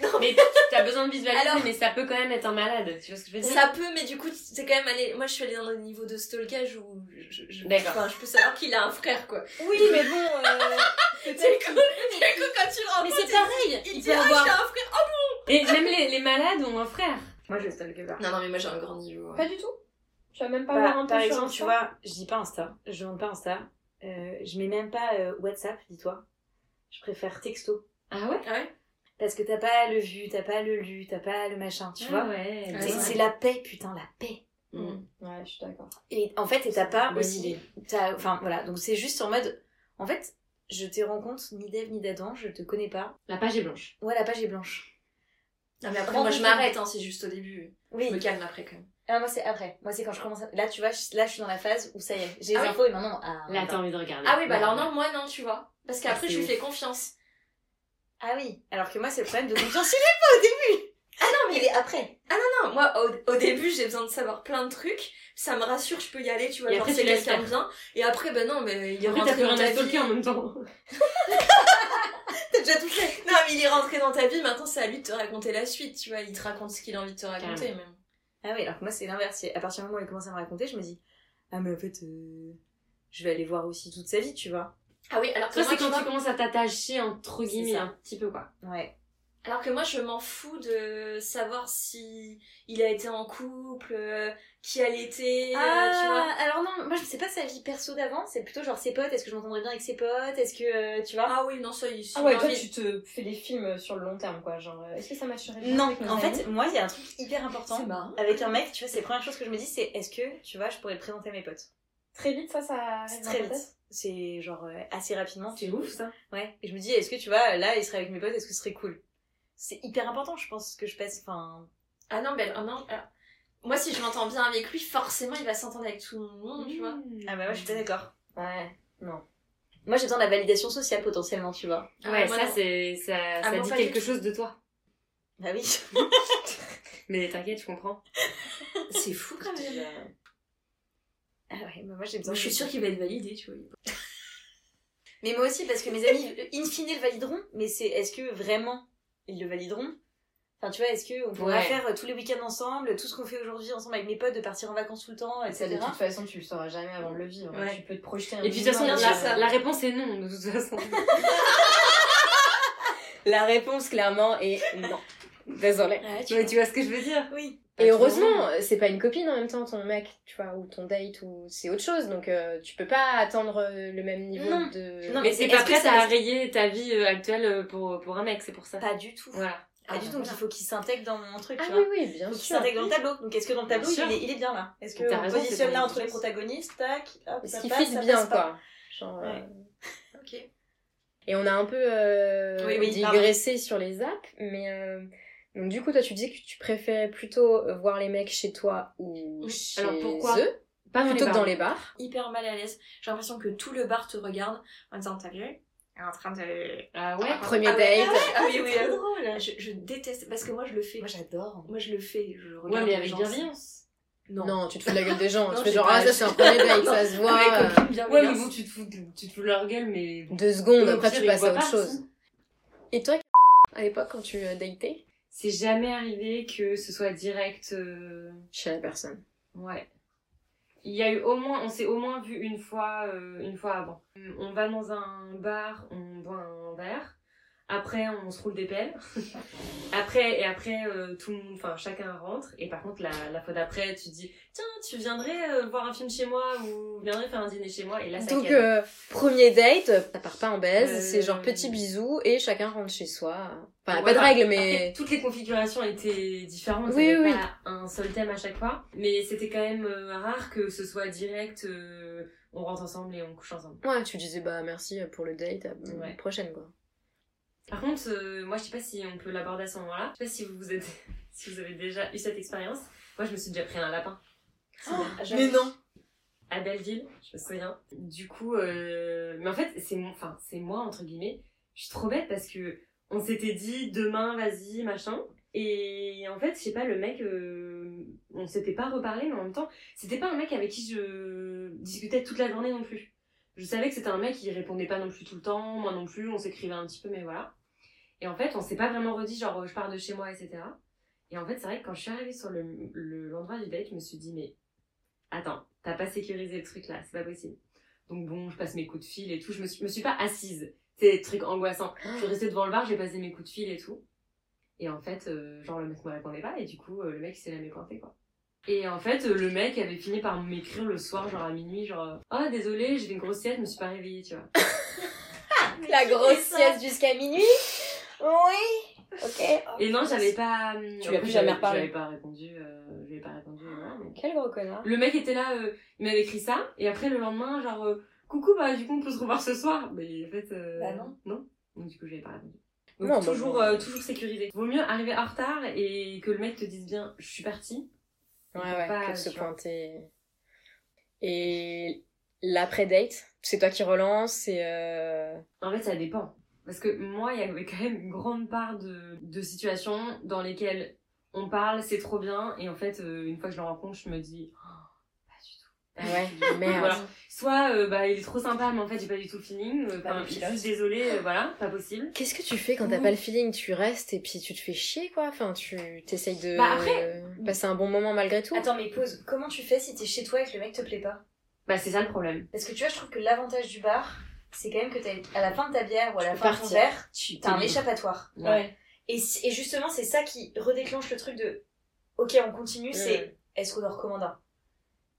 Speaker 4: le-
Speaker 5: Mais t'as besoin de visualiser,
Speaker 4: Alors-
Speaker 5: mais ça peut quand même être un malade. Tu vois ce que je veux dire
Speaker 4: ça peut, mais du coup, c'est quand même allé. Moi, je suis allée dans le niveau de stalkage où je, je,
Speaker 5: D'accord.
Speaker 4: enfin, je peux savoir qu'il a un frère, quoi.
Speaker 3: Oui, mais bon. euh,
Speaker 4: Du coup, du coup, quand tu le rencontres,
Speaker 5: c'est pareil.
Speaker 4: il
Speaker 5: il
Speaker 4: dit
Speaker 5: peut
Speaker 4: Ah, j'ai un
Speaker 5: avoir.
Speaker 4: frère
Speaker 5: Et même les, les malades ont un frère.
Speaker 3: Moi, je stalke pas.
Speaker 4: Non, non, mais moi j'ai un grand niveau. ouais.
Speaker 6: Pas du tout Tu vas même pas voir
Speaker 3: Par,
Speaker 6: un peu
Speaker 3: Bah, par
Speaker 6: sur
Speaker 3: exemple,
Speaker 6: Insta
Speaker 3: tu vois, je dis pas Insta. Je demande pas Insta. Euh, je mets même pas euh, WhatsApp, dis-toi. Je préfère texto.
Speaker 5: Ah ouais.
Speaker 4: Ah ouais
Speaker 3: Parce que t'as pas le vu, t'as pas le lu, t'as pas le machin, tu vois.
Speaker 5: Ah ouais. Bah,
Speaker 3: C'est-
Speaker 4: ouais.
Speaker 3: C'est la paix, putain, la paix.
Speaker 6: Ouais, je suis d'accord.
Speaker 3: Et en fait, et t'as pas
Speaker 5: Bonne
Speaker 3: aussi.
Speaker 5: idée.
Speaker 3: t'as- Enfin, voilà. Donc, c'est juste en mode. En fait, je te rencontre ni d'Ève ni d'Adam, je te connais pas.
Speaker 5: La page est blanche.
Speaker 3: Ouais, la page est blanche.
Speaker 4: Non, mais après,
Speaker 3: Prends
Speaker 4: moi je
Speaker 3: ton
Speaker 4: m'arrête, hein, c'est juste au début.
Speaker 3: Oui.
Speaker 4: Je me calme après quand même.
Speaker 3: Ah, moi, c'est après. Moi, c'est quand je commence. à- Là, tu vois, je- là, je suis dans la phase où ça y est, j'ai les
Speaker 4: Ah oui.
Speaker 3: infos et maintenant. Ah,
Speaker 5: Là, t'as envie de regarder.
Speaker 4: Ah oui, bah alors non, moi non, tu vois. Parce qu'après,
Speaker 5: Ah, c'est
Speaker 4: je lui
Speaker 5: ouf.
Speaker 4: fais confiance.
Speaker 3: Ah oui. Alors que moi, c'est le problème de confiance. Il est pas au début. Ah non, mais il est après.
Speaker 4: Ah Non, moi au, au début, j'ai besoin de savoir plein de trucs. Ça me rassure, je peux y aller, tu vois.
Speaker 5: Et
Speaker 4: genre,
Speaker 5: après,
Speaker 4: c'est
Speaker 5: tu laisses
Speaker 4: quelqu'un de
Speaker 5: faire.
Speaker 4: bien. Et après, ben non, mais il est
Speaker 5: Après, t'as
Speaker 4: rentré
Speaker 5: plus
Speaker 4: dans
Speaker 5: rien à
Speaker 4: ta vie.
Speaker 5: stalker en même temps.
Speaker 3: T'as déjà tout fait.
Speaker 4: Non, mais il est rentré dans ta vie, maintenant c'est à lui de te raconter la suite, tu vois. Il te raconte ce qu'il a envie de te raconter, même.
Speaker 3: Ah oui, alors que moi, c'est l'inverse. C'est À partir du moment où il commence à me raconter, je me dis Ah, mais en fait, euh, je vais aller voir aussi toute sa vie, tu vois.
Speaker 4: Ah oui, alors que
Speaker 5: Toi,
Speaker 4: moi,
Speaker 5: c'est
Speaker 4: tu
Speaker 5: quand
Speaker 4: vois,
Speaker 5: tu commences à t'attacher, entre guillemets, hein.
Speaker 3: ça.
Speaker 5: un
Speaker 6: Ah
Speaker 5: petit peu, quoi.
Speaker 3: Ouais.
Speaker 4: Alors que moi, je m'en fous de savoir si il a été en couple, euh, qui a l'été, euh, tu vois.
Speaker 3: Ah, alors non, moi, je sais pas sa vie perso d'avant. C'est plutôt genre ses potes. Est-ce que je m'entendrais bien avec ses potes Est-ce que, euh, tu vois
Speaker 4: Ah oui, non, ça, il
Speaker 6: Ah
Speaker 4: il
Speaker 6: ouais,
Speaker 4: a
Speaker 6: toi
Speaker 4: envie-
Speaker 6: tu te fais des films euh, sur le long terme quoi, genre euh, est-ce que ça matcherait bien
Speaker 3: Non,
Speaker 6: avec nos
Speaker 3: en
Speaker 6: amis
Speaker 3: fait, moi, il y a un truc hyper
Speaker 4: C'est
Speaker 3: important.
Speaker 4: marrant.
Speaker 3: Avec un mec, tu vois, c'est la première chose que je me dis, c'est est-ce que, tu vois, je pourrais le présenter à mes potes
Speaker 6: très vite ça ça
Speaker 3: C'est
Speaker 6: arrive
Speaker 4: Ah
Speaker 6: dans
Speaker 3: très
Speaker 6: ta
Speaker 3: vite. C'est genre euh, assez rapidement.
Speaker 5: C'est ouf, ça.
Speaker 3: Ouais. Et je me dis, est-ce que tu vois, là, il serait avec mes potes, est-ce que ce serait cool c'est hyper important, je pense, que je passe. Enfin,
Speaker 4: Ah non, ben, ah non. alors, moi, si je m'entends bien avec lui, forcément, il va s'entendre avec tout le
Speaker 5: Mm.
Speaker 4: monde,
Speaker 5: Mmh.
Speaker 4: tu vois.
Speaker 3: ah bah moi je suis pas
Speaker 4: Mm.
Speaker 3: d'accord.
Speaker 2: Ouais.
Speaker 3: Moi j'ai besoin de la validation sociale potentiellement, tu vois.
Speaker 4: Ah,
Speaker 5: Ouais,
Speaker 4: moi,
Speaker 5: ça,
Speaker 4: non.
Speaker 5: c'est, ça,
Speaker 4: Ah,
Speaker 5: ça
Speaker 4: bon,
Speaker 5: dit
Speaker 4: pas
Speaker 5: quelque
Speaker 4: du
Speaker 5: chose de toi.
Speaker 3: Bah oui.
Speaker 5: Mais t'inquiète, je comprends.
Speaker 4: C'est fou quand même.
Speaker 3: Ah ouais, bah moi j'ai besoin.
Speaker 4: Moi, je
Speaker 3: de-
Speaker 4: suis sûre qu'il va être validé, tu vois.
Speaker 3: Mais moi aussi, parce que mes amis, euh, in fine, le valideront, mais c'est est-ce que vraiment ils le valideront Enfin, tu vois, est-ce qu'on pourra
Speaker 5: Ouais.
Speaker 3: faire euh, tous les week-ends ensemble, tout ce qu'on fait aujourd'hui ensemble avec mes potes, de partir en vacances tout le temps,
Speaker 2: Ça, de
Speaker 3: etc.
Speaker 2: toute façon, tu le sauras jamais avant de le vivre.
Speaker 4: Ouais.
Speaker 2: Tu peux te projeter un
Speaker 5: Et puis, de toute façon,
Speaker 2: minimum,
Speaker 4: bien
Speaker 5: la,
Speaker 4: sûr.
Speaker 2: euh,
Speaker 5: la réponse est non, de toute façon.
Speaker 2: la réponse, clairement, est non. Désolée.
Speaker 3: Ouais, tu
Speaker 5: Mais tu vois ce que je veux dire
Speaker 3: vois. Oui.
Speaker 2: Et heureusement, c'est pas une copine en même temps, ton mec, tu vois, ou ton date, ou c'est autre chose. Donc, euh, tu peux pas attendre euh, le même niveau
Speaker 3: Non.
Speaker 2: de.
Speaker 3: Non,
Speaker 5: Mais
Speaker 3: mais
Speaker 5: c'est
Speaker 3: est-ce
Speaker 5: pas
Speaker 3: que
Speaker 5: prête
Speaker 3: ça-
Speaker 5: à rayer ta vie euh, actuelle euh, pour, pour un mec, c'est pour ça.
Speaker 3: Pas du tout.
Speaker 5: Voilà.
Speaker 3: Pas du tout, donc il faut qu'il s'intègre dans mon truc,
Speaker 2: Ah
Speaker 3: tu vois.
Speaker 2: oui, oui, bien
Speaker 3: Il faut qu'il
Speaker 2: sûr. Ah
Speaker 3: s'intègre dans le tableau. Donc est-ce que dans le tableau,
Speaker 5: Bien sûr.
Speaker 3: il est, il est bien là Est-ce
Speaker 5: T'as
Speaker 3: qu'on
Speaker 5: raison, c'est
Speaker 3: positionne
Speaker 5: pas
Speaker 3: là
Speaker 5: une
Speaker 3: entre les
Speaker 5: chose.
Speaker 3: protagonistes Tac, hop,
Speaker 2: Ce
Speaker 3: ça
Speaker 2: qui
Speaker 3: passe,
Speaker 2: fit
Speaker 3: ça
Speaker 2: bien,
Speaker 3: passe pas.
Speaker 2: quoi. Genre, euh,
Speaker 3: Ouais.
Speaker 4: Ok.
Speaker 2: Et on a un peu euh,
Speaker 3: Oui, oui,
Speaker 2: digressé sur les apps, mais euh, donc du coup, toi, tu dis que tu préférais plutôt voir les mecs chez toi ou
Speaker 4: Oui.
Speaker 2: chez
Speaker 5: Alors, pourquoi
Speaker 2: eux
Speaker 5: Pas
Speaker 2: plutôt que dans
Speaker 5: bars.
Speaker 2: les bars.
Speaker 4: Hyper mal à l'aise. J'ai l'impression que tout le bar te regarde en disant T'as vu Elle est en train de.
Speaker 5: Ah ouais
Speaker 2: Premier
Speaker 4: Ah ouais,
Speaker 2: date.
Speaker 4: Ah oui, oui,
Speaker 3: C'est trop
Speaker 4: oui. Je, je déteste parce que moi je le fais.
Speaker 3: Moi j'adore.
Speaker 4: Moi je le fais. Je regarde
Speaker 5: Ouais,
Speaker 4: les
Speaker 5: mais avec
Speaker 4: gens.
Speaker 5: bienveillance.
Speaker 4: Non. Ah,
Speaker 2: Non, tu te fous de la gueule des gens.
Speaker 4: Non,
Speaker 2: tu fais
Speaker 4: j'ai
Speaker 2: genre,
Speaker 4: pas-
Speaker 2: ah, ça, c'est un premier date, ça se voit.
Speaker 4: Avec
Speaker 2: euh,
Speaker 4: aucune
Speaker 5: Ouais,
Speaker 4: bienveillance.
Speaker 5: mais bon, tu te fous, de- tu te fous de leur gueule, mais.
Speaker 2: deux secondes,
Speaker 5: Au
Speaker 2: après,
Speaker 5: pire,
Speaker 2: tu
Speaker 5: ils
Speaker 2: passes à
Speaker 5: voient
Speaker 2: autre
Speaker 5: pas,
Speaker 2: chose.
Speaker 5: si.
Speaker 2: Et toi, à l'époque, quand tu euh, datais
Speaker 5: C'est jamais arrivé que ce soit direct. euh,
Speaker 2: Chez la personne.
Speaker 5: Ouais. Il y a eu au moins, on s'est au moins vu une fois, euh, une fois avant. On va dans un bar, on boit un verre. Après, on se roule des pelles. après, et après, euh, tout le monde, enfin, chacun rentre. Et par contre, la, la fois d'après, tu te dis, tiens, tu viendrais euh, voir un film chez moi ou viendrais faire un dîner chez moi. Et là, ça
Speaker 2: Donc,
Speaker 5: calme.
Speaker 2: euh, premier date, euh, ça part pas en baise,
Speaker 5: Euh,
Speaker 2: c'est genre petit bisou et chacun rentre chez soi. Enfin,
Speaker 5: Ouais,
Speaker 2: pas de
Speaker 5: après-
Speaker 2: règles,
Speaker 5: Après,
Speaker 2: mais.
Speaker 5: toutes les configurations étaient différentes.
Speaker 2: Oui,
Speaker 5: Oui,
Speaker 2: oui,
Speaker 5: Pas un seul thème à chaque fois. Mais c'était quand même euh, rare que ce soit direct, euh, on rentre ensemble et on couche ensemble.
Speaker 2: Ouais, tu disais, bah merci pour le date, à la
Speaker 5: Ouais.
Speaker 2: prochaine quoi.
Speaker 5: Par contre, euh, moi, je sais pas si on peut l'aborder à ce moment-là. Je sais pas si vous, vous êtes, si vous avez déjà eu cette expérience. Moi, je me suis déjà pris un lapin
Speaker 4: Ah,
Speaker 3: Mais non.
Speaker 5: à Belleville, je me souviens. Du coup, euh, mais en fait, c'est mon, enfin, c'est moi entre guillemets. Je suis trop bête parce que on s'était dit demain, vas-y, machin. Et en fait, je sais pas, le mec, euh, on s'était pas reparlé, mais en même temps, c'était pas un mec avec qui je discutais toute la journée non plus. Je savais que c'était un mec qui répondait pas non plus tout le temps, moi non plus, on s'écrivait un petit peu, mais voilà. Et en fait, on s'est pas vraiment redit, genre, euh, je pars de chez moi, etc. Et en fait, c'est vrai que quand je suis arrivée sur l'endroit le, l'endroit du date, je me suis dit, mais attends, t'as pas sécurisé le truc là, c'est pas possible. Donc bon, je passe mes coups de fil et tout, je me suis, je me suis pas assise. C'est des trucs angoissants. Je suis restée devant le bar, j'ai passé mes coups de fil et tout. Et en fait, euh, genre le mec me répondait pas et du coup, euh, le mec il s'est jamais pointé quoi. Et en fait, euh, le mec avait fini par m'écrire le soir, genre à minuit, genre Oh désolé, j'ai fait une grosse sieste, je me suis pas réveillée, tu vois.
Speaker 2: La grosse sieste jusqu'à minuit Oui Ok.
Speaker 5: Et non, j'avais pas. euh,
Speaker 2: Tu
Speaker 5: après,
Speaker 2: lui as plus
Speaker 5: j'avais-
Speaker 2: jamais reparlé.
Speaker 5: J'avais pas répondu, euh, j'avais pas répondu, et voilà, mais-
Speaker 2: Quel gros connard.
Speaker 5: Le mec était là, euh, il m'avait écrit ça, et après le lendemain, genre, euh, coucou, bah du coup on peut se revoir ce soir. Mais en fait, euh,
Speaker 3: Bah non.
Speaker 5: Non. Donc du coup, j'avais pas répondu. Donc
Speaker 2: Non, bah,
Speaker 5: toujours,
Speaker 2: bon.
Speaker 5: euh, toujours sécurisé. Vaut mieux arriver en retard et que le mec te dise bien, je suis partie.
Speaker 2: Ouais,
Speaker 5: Il faut
Speaker 2: ouais,
Speaker 5: pas,
Speaker 2: que de se
Speaker 5: tu vois.
Speaker 2: pointer. Et l'après-date, c'est toi qui relance et. euh,
Speaker 5: En fait, ça dépend. Parce que moi, il y avait quand même une grande part de, de situations dans lesquelles on parle, c'est trop bien, et en fait, euh, une fois que je le rencontre, je me dis, Oh, pas du tout.
Speaker 2: Ah ouais, merde.
Speaker 5: Voilà. Soit euh, bah, il est trop sympa, mais en fait, j'ai pas du tout le feeling. euh,
Speaker 2: Ah,
Speaker 5: Enfin, je suis juste désolée, euh, voilà, pas possible.
Speaker 2: Qu'est-ce que tu fais quand t'as pas le feeling Tu restes et puis tu te fais chier quoi. Enfin, tu t'essayes de
Speaker 5: Bah après-
Speaker 2: passer un bon moment malgré tout.
Speaker 3: Attends, mais pause. Comment tu fais si t'es chez toi et que le mec te plaît pas
Speaker 5: Bah, c'est ça le problème.
Speaker 3: Parce que tu vois, je trouve que l'avantage du bar, c'est quand même que t'as- à la fin de ta bière ou à la
Speaker 2: peux
Speaker 3: fin de ton
Speaker 2: partir.
Speaker 3: verre,
Speaker 5: Tu
Speaker 3: t'as un échappatoire.
Speaker 5: Ouais. Ouais.
Speaker 3: Et, si- et justement, c'est ça qui redéclenche le truc de OK, on continue, c'est est-ce qu'on en recommande un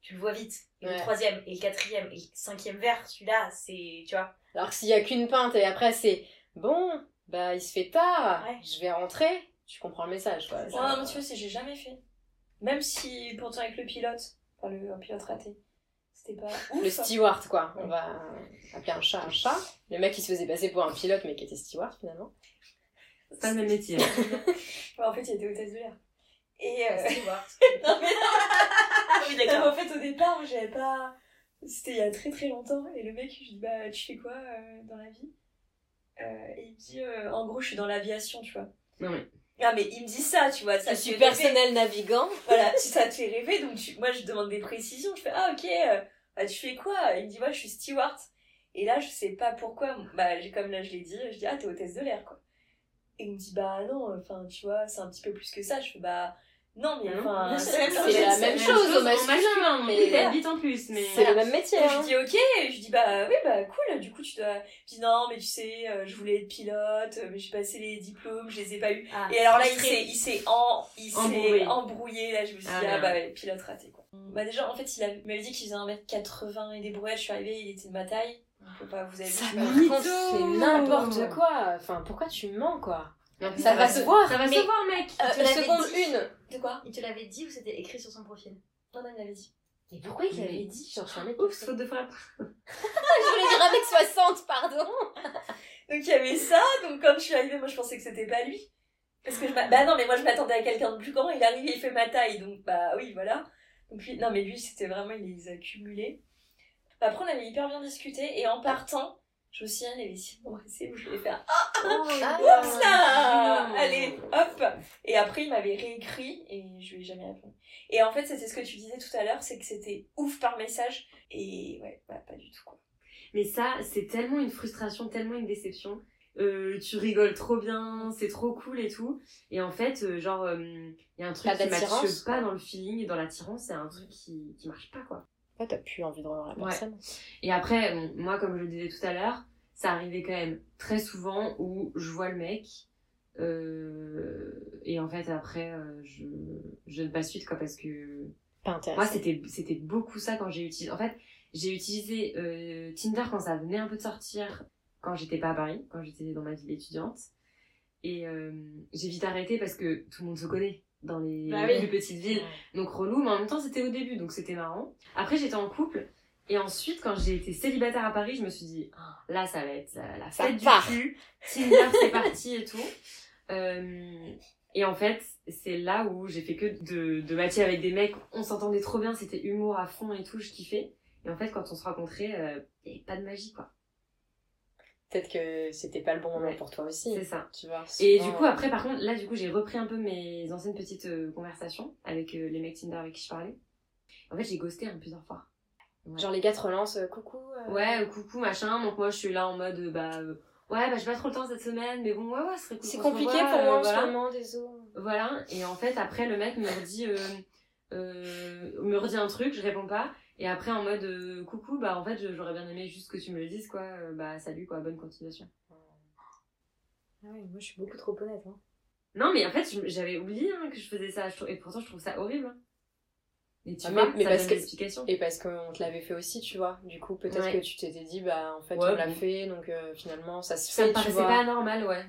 Speaker 3: Tu le vois vite. Et
Speaker 2: Ouais.
Speaker 3: le troisième, et le quatrième, et le cinquième verre, celui-là, c'est. Tu vois
Speaker 2: Alors que s'il y a qu'une pinte et après c'est bon, bah il se fait tard,
Speaker 3: Ouais.
Speaker 2: je vais rentrer. Tu comprends le message quoi.
Speaker 4: Ouais, Oh, non, mais tu vois, c'est j'ai jamais fait. Même si, pourtant, avec le pilote, enfin, le un pilote raté, c'était pas.
Speaker 2: Le
Speaker 4: ouf.
Speaker 2: steward quoi. On va appeler un chat un chat. Le mec qui se faisait passer pour un pilote mais qui était steward finalement.
Speaker 5: C'est pas le même métier.
Speaker 6: Bah, en fait, il était hôtesse de l'air. Et euh,
Speaker 3: hein.
Speaker 4: Non, mais oui,
Speaker 6: non, mais en fait, au départ, j'avais pas. C'était il y a très très longtemps. Et le mec, je lui dis Bah, tu fais quoi euh, dans la vie Euh, Et il me dit euh, En gros, je suis dans l'aviation, tu vois.
Speaker 5: Non, mais.
Speaker 4: Non, Ah, mais il me dit ça, tu vois. Ça
Speaker 2: Je
Speaker 4: te
Speaker 2: suis
Speaker 4: fait
Speaker 2: personnel navigant.
Speaker 4: voilà, tu- ça te fait rêver, donc tu- moi je demande des précisions, je fais ah ok, euh, bah, tu fais quoi Il me dit ouais je suis steward. Et là je sais pas pourquoi, bah j'ai- comme là je l'ai dit, je dis ah t'es hôtesse de l'air quoi. Et il me dit bah non, enfin tu vois c'est un petit peu plus que ça. Je fais bah non mais
Speaker 5: Non,
Speaker 4: enfin
Speaker 3: c'est la même
Speaker 4: c'est-
Speaker 3: chose.
Speaker 2: C'est la même chose au masculin,
Speaker 5: mais il
Speaker 2: mais
Speaker 5: habite en plus, mais.
Speaker 2: c'est le même métier.
Speaker 4: Et
Speaker 2: hein.
Speaker 4: je dis ok, et je dis bah oui bah cool, du coup tu dois. Je dis non mais tu sais, euh, je voulais être pilote, euh, mais j'ai passé les diplômes, je les ai pas eu.
Speaker 3: Ah,
Speaker 2: Ah,
Speaker 4: Et alors là il s'est il s'est en, il s'est
Speaker 5: Embrouillé.
Speaker 4: embrouillé. là je me suis
Speaker 5: Ah,
Speaker 4: dit ah
Speaker 5: merde.
Speaker 4: bah ouais, pilote raté quoi. Bah déjà en fait il avait- il m'avait dit qu'il faisait 1m80 et des brouettes, je suis arrivée, il était de ma taille. Faut pas vous avez vu,
Speaker 2: Ça
Speaker 4: je me-
Speaker 2: me raconte, c'est n'importe quoi. Enfin, pourquoi tu mens, quoi
Speaker 5: Non,
Speaker 2: Ça va se voir.
Speaker 5: Ça va
Speaker 2: Mais-
Speaker 5: se voir, mec.
Speaker 2: Euh,
Speaker 3: Tu
Speaker 2: la
Speaker 3: l'avais
Speaker 2: seconde
Speaker 3: dit.
Speaker 2: une.
Speaker 4: De quoi
Speaker 3: Il te l'avait dit ou c'était écrit sur son profil
Speaker 4: Non non il m'avait dit.
Speaker 2: Mais Ah, pourquoi il
Speaker 5: Mais-
Speaker 2: avait dit Genre, je suis un mec.
Speaker 5: Oups, faute de frappe.
Speaker 2: Je voulais dire avec 60, pardon.
Speaker 4: Donc il y avait ça, donc quand je suis arrivée moi je pensais que c'était pas lui. Parce que je m'a-
Speaker 5: Ah.
Speaker 4: bah non mais moi je m'attendais à quelqu'un de plus grand, il arrive il fait ma taille donc bah oui voilà. Donc lui non mais lui c'était vraiment il les a cumulés. Bah, Après on avait hyper bien discuté et en partant, Josiane elle essayé de m'embrasser, donc je vais faire
Speaker 2: Ah,
Speaker 4: Oups là
Speaker 5: Oh, non.
Speaker 4: Allez, hop Et après, il m'avait réécrit et je lui ai jamais répondu. Et en fait, c'était ce que tu disais tout à l'heure, c'est que c'était ouf par message. Et ouais, bah, pas du tout quoi.
Speaker 5: Mais ça, c'est tellement une frustration, tellement une déception. Euh, tu rigoles trop bien, c'est trop cool et tout. Et en fait, euh, genre, il y a un truc
Speaker 2: Pas
Speaker 5: qui
Speaker 2: d'attirance.
Speaker 5: matche pas dans le feeling et dans l'attirance, c'est un truc qui, qui marche pas, quoi.
Speaker 2: Pourquoi t'as plus envie de revoir la
Speaker 5: Ouais.
Speaker 2: personne
Speaker 5: Et après, bon, moi, comme je le disais tout à l'heure, ça arrivait quand même très souvent où je vois le mec. euh, et en fait, après, euh, je, je donne pas suite, quoi, parce que
Speaker 2: Pas
Speaker 5: moi,
Speaker 2: intéressant.
Speaker 5: c'était c'était beaucoup ça quand j'ai utilisé. En fait, j'ai utilisé euh, Tinder quand ça venait un peu de sortir, quand j'étais pas à Paris, quand j'étais dans ma ville étudiante. Et euh, j'ai vite arrêté parce que tout le monde se connaît dans les
Speaker 3: Bah oui.
Speaker 5: plus petites villes. Donc relou, mais en même temps, c'était au début, donc c'était marrant. Après, j'étais en couple. Et ensuite, quand j'ai été célibataire à Paris, je me suis dit, Ah, là, ça va être la, la
Speaker 2: Ça
Speaker 5: fête du
Speaker 2: part.
Speaker 5: cul. Tinder, c'est parti et tout. Euh, et en fait, c'est là où j'ai fait que de, de matcher avec des mecs. On s'entendait trop bien, c'était humour à fond et tout, je kiffais. Et en fait, quand on se rencontrait, euh, il n'y avait pas de magie, quoi.
Speaker 2: Peut-être que c'était pas le bon moment
Speaker 5: Ouais.
Speaker 2: pour toi aussi.
Speaker 5: C'est ça.
Speaker 2: Tu vois. euh,
Speaker 5: Et du
Speaker 2: souvent,
Speaker 5: coup, après, par contre, là, du coup, j'ai repris un peu mes anciennes petites euh, conversations avec euh, les mecs Tinder avec qui je parlais. En fait, j'ai ghosté hein, plusieurs fois.
Speaker 2: Genre, les gars te relancent, euh, coucou. euh,
Speaker 5: Ouais, euh, coucou, machin. Donc moi, je suis là en mode, euh, bah, euh, ouais, bah, j'ai pas trop le temps cette semaine, mais bon, ouais, ouais, ce serait cool.
Speaker 2: C'est
Speaker 5: qu'on se
Speaker 2: compliqué
Speaker 5: revoie,
Speaker 2: pour
Speaker 5: euh,
Speaker 2: moi en ce
Speaker 5: voilà.
Speaker 2: moment, désolé.
Speaker 5: Voilà. Et en fait, après, le mec me redit, euh, euh, me redit un truc, je réponds pas. Et après, en mode, euh, coucou, bah, en fait, je- j'aurais bien aimé juste que tu me le dises, quoi. Euh, bah, salut, quoi, bonne continuation.
Speaker 2: Ah ouais, moi je suis beaucoup trop honnête. Hein.
Speaker 5: Non, mais en fait, je- j'avais oublié hein, que je faisais ça. Je trou- Et pourtant, je trouve ça horrible. hein. Mais tu
Speaker 2: Ah,
Speaker 5: vois,
Speaker 2: mais- mais
Speaker 5: ça
Speaker 2: parce
Speaker 5: donne
Speaker 2: que-
Speaker 5: l'explication.
Speaker 2: Et parce qu'on te l'avait fait aussi, tu vois. Du coup, peut-être
Speaker 5: Ouais.
Speaker 2: que tu t'étais dit, bah en fait
Speaker 5: Ouais,
Speaker 2: on l'a
Speaker 5: bon.
Speaker 2: fait, donc euh, finalement ça se
Speaker 5: Ça
Speaker 2: fait,
Speaker 5: me
Speaker 2: tu
Speaker 5: paraissait
Speaker 2: vois.
Speaker 5: pas normal, ouais.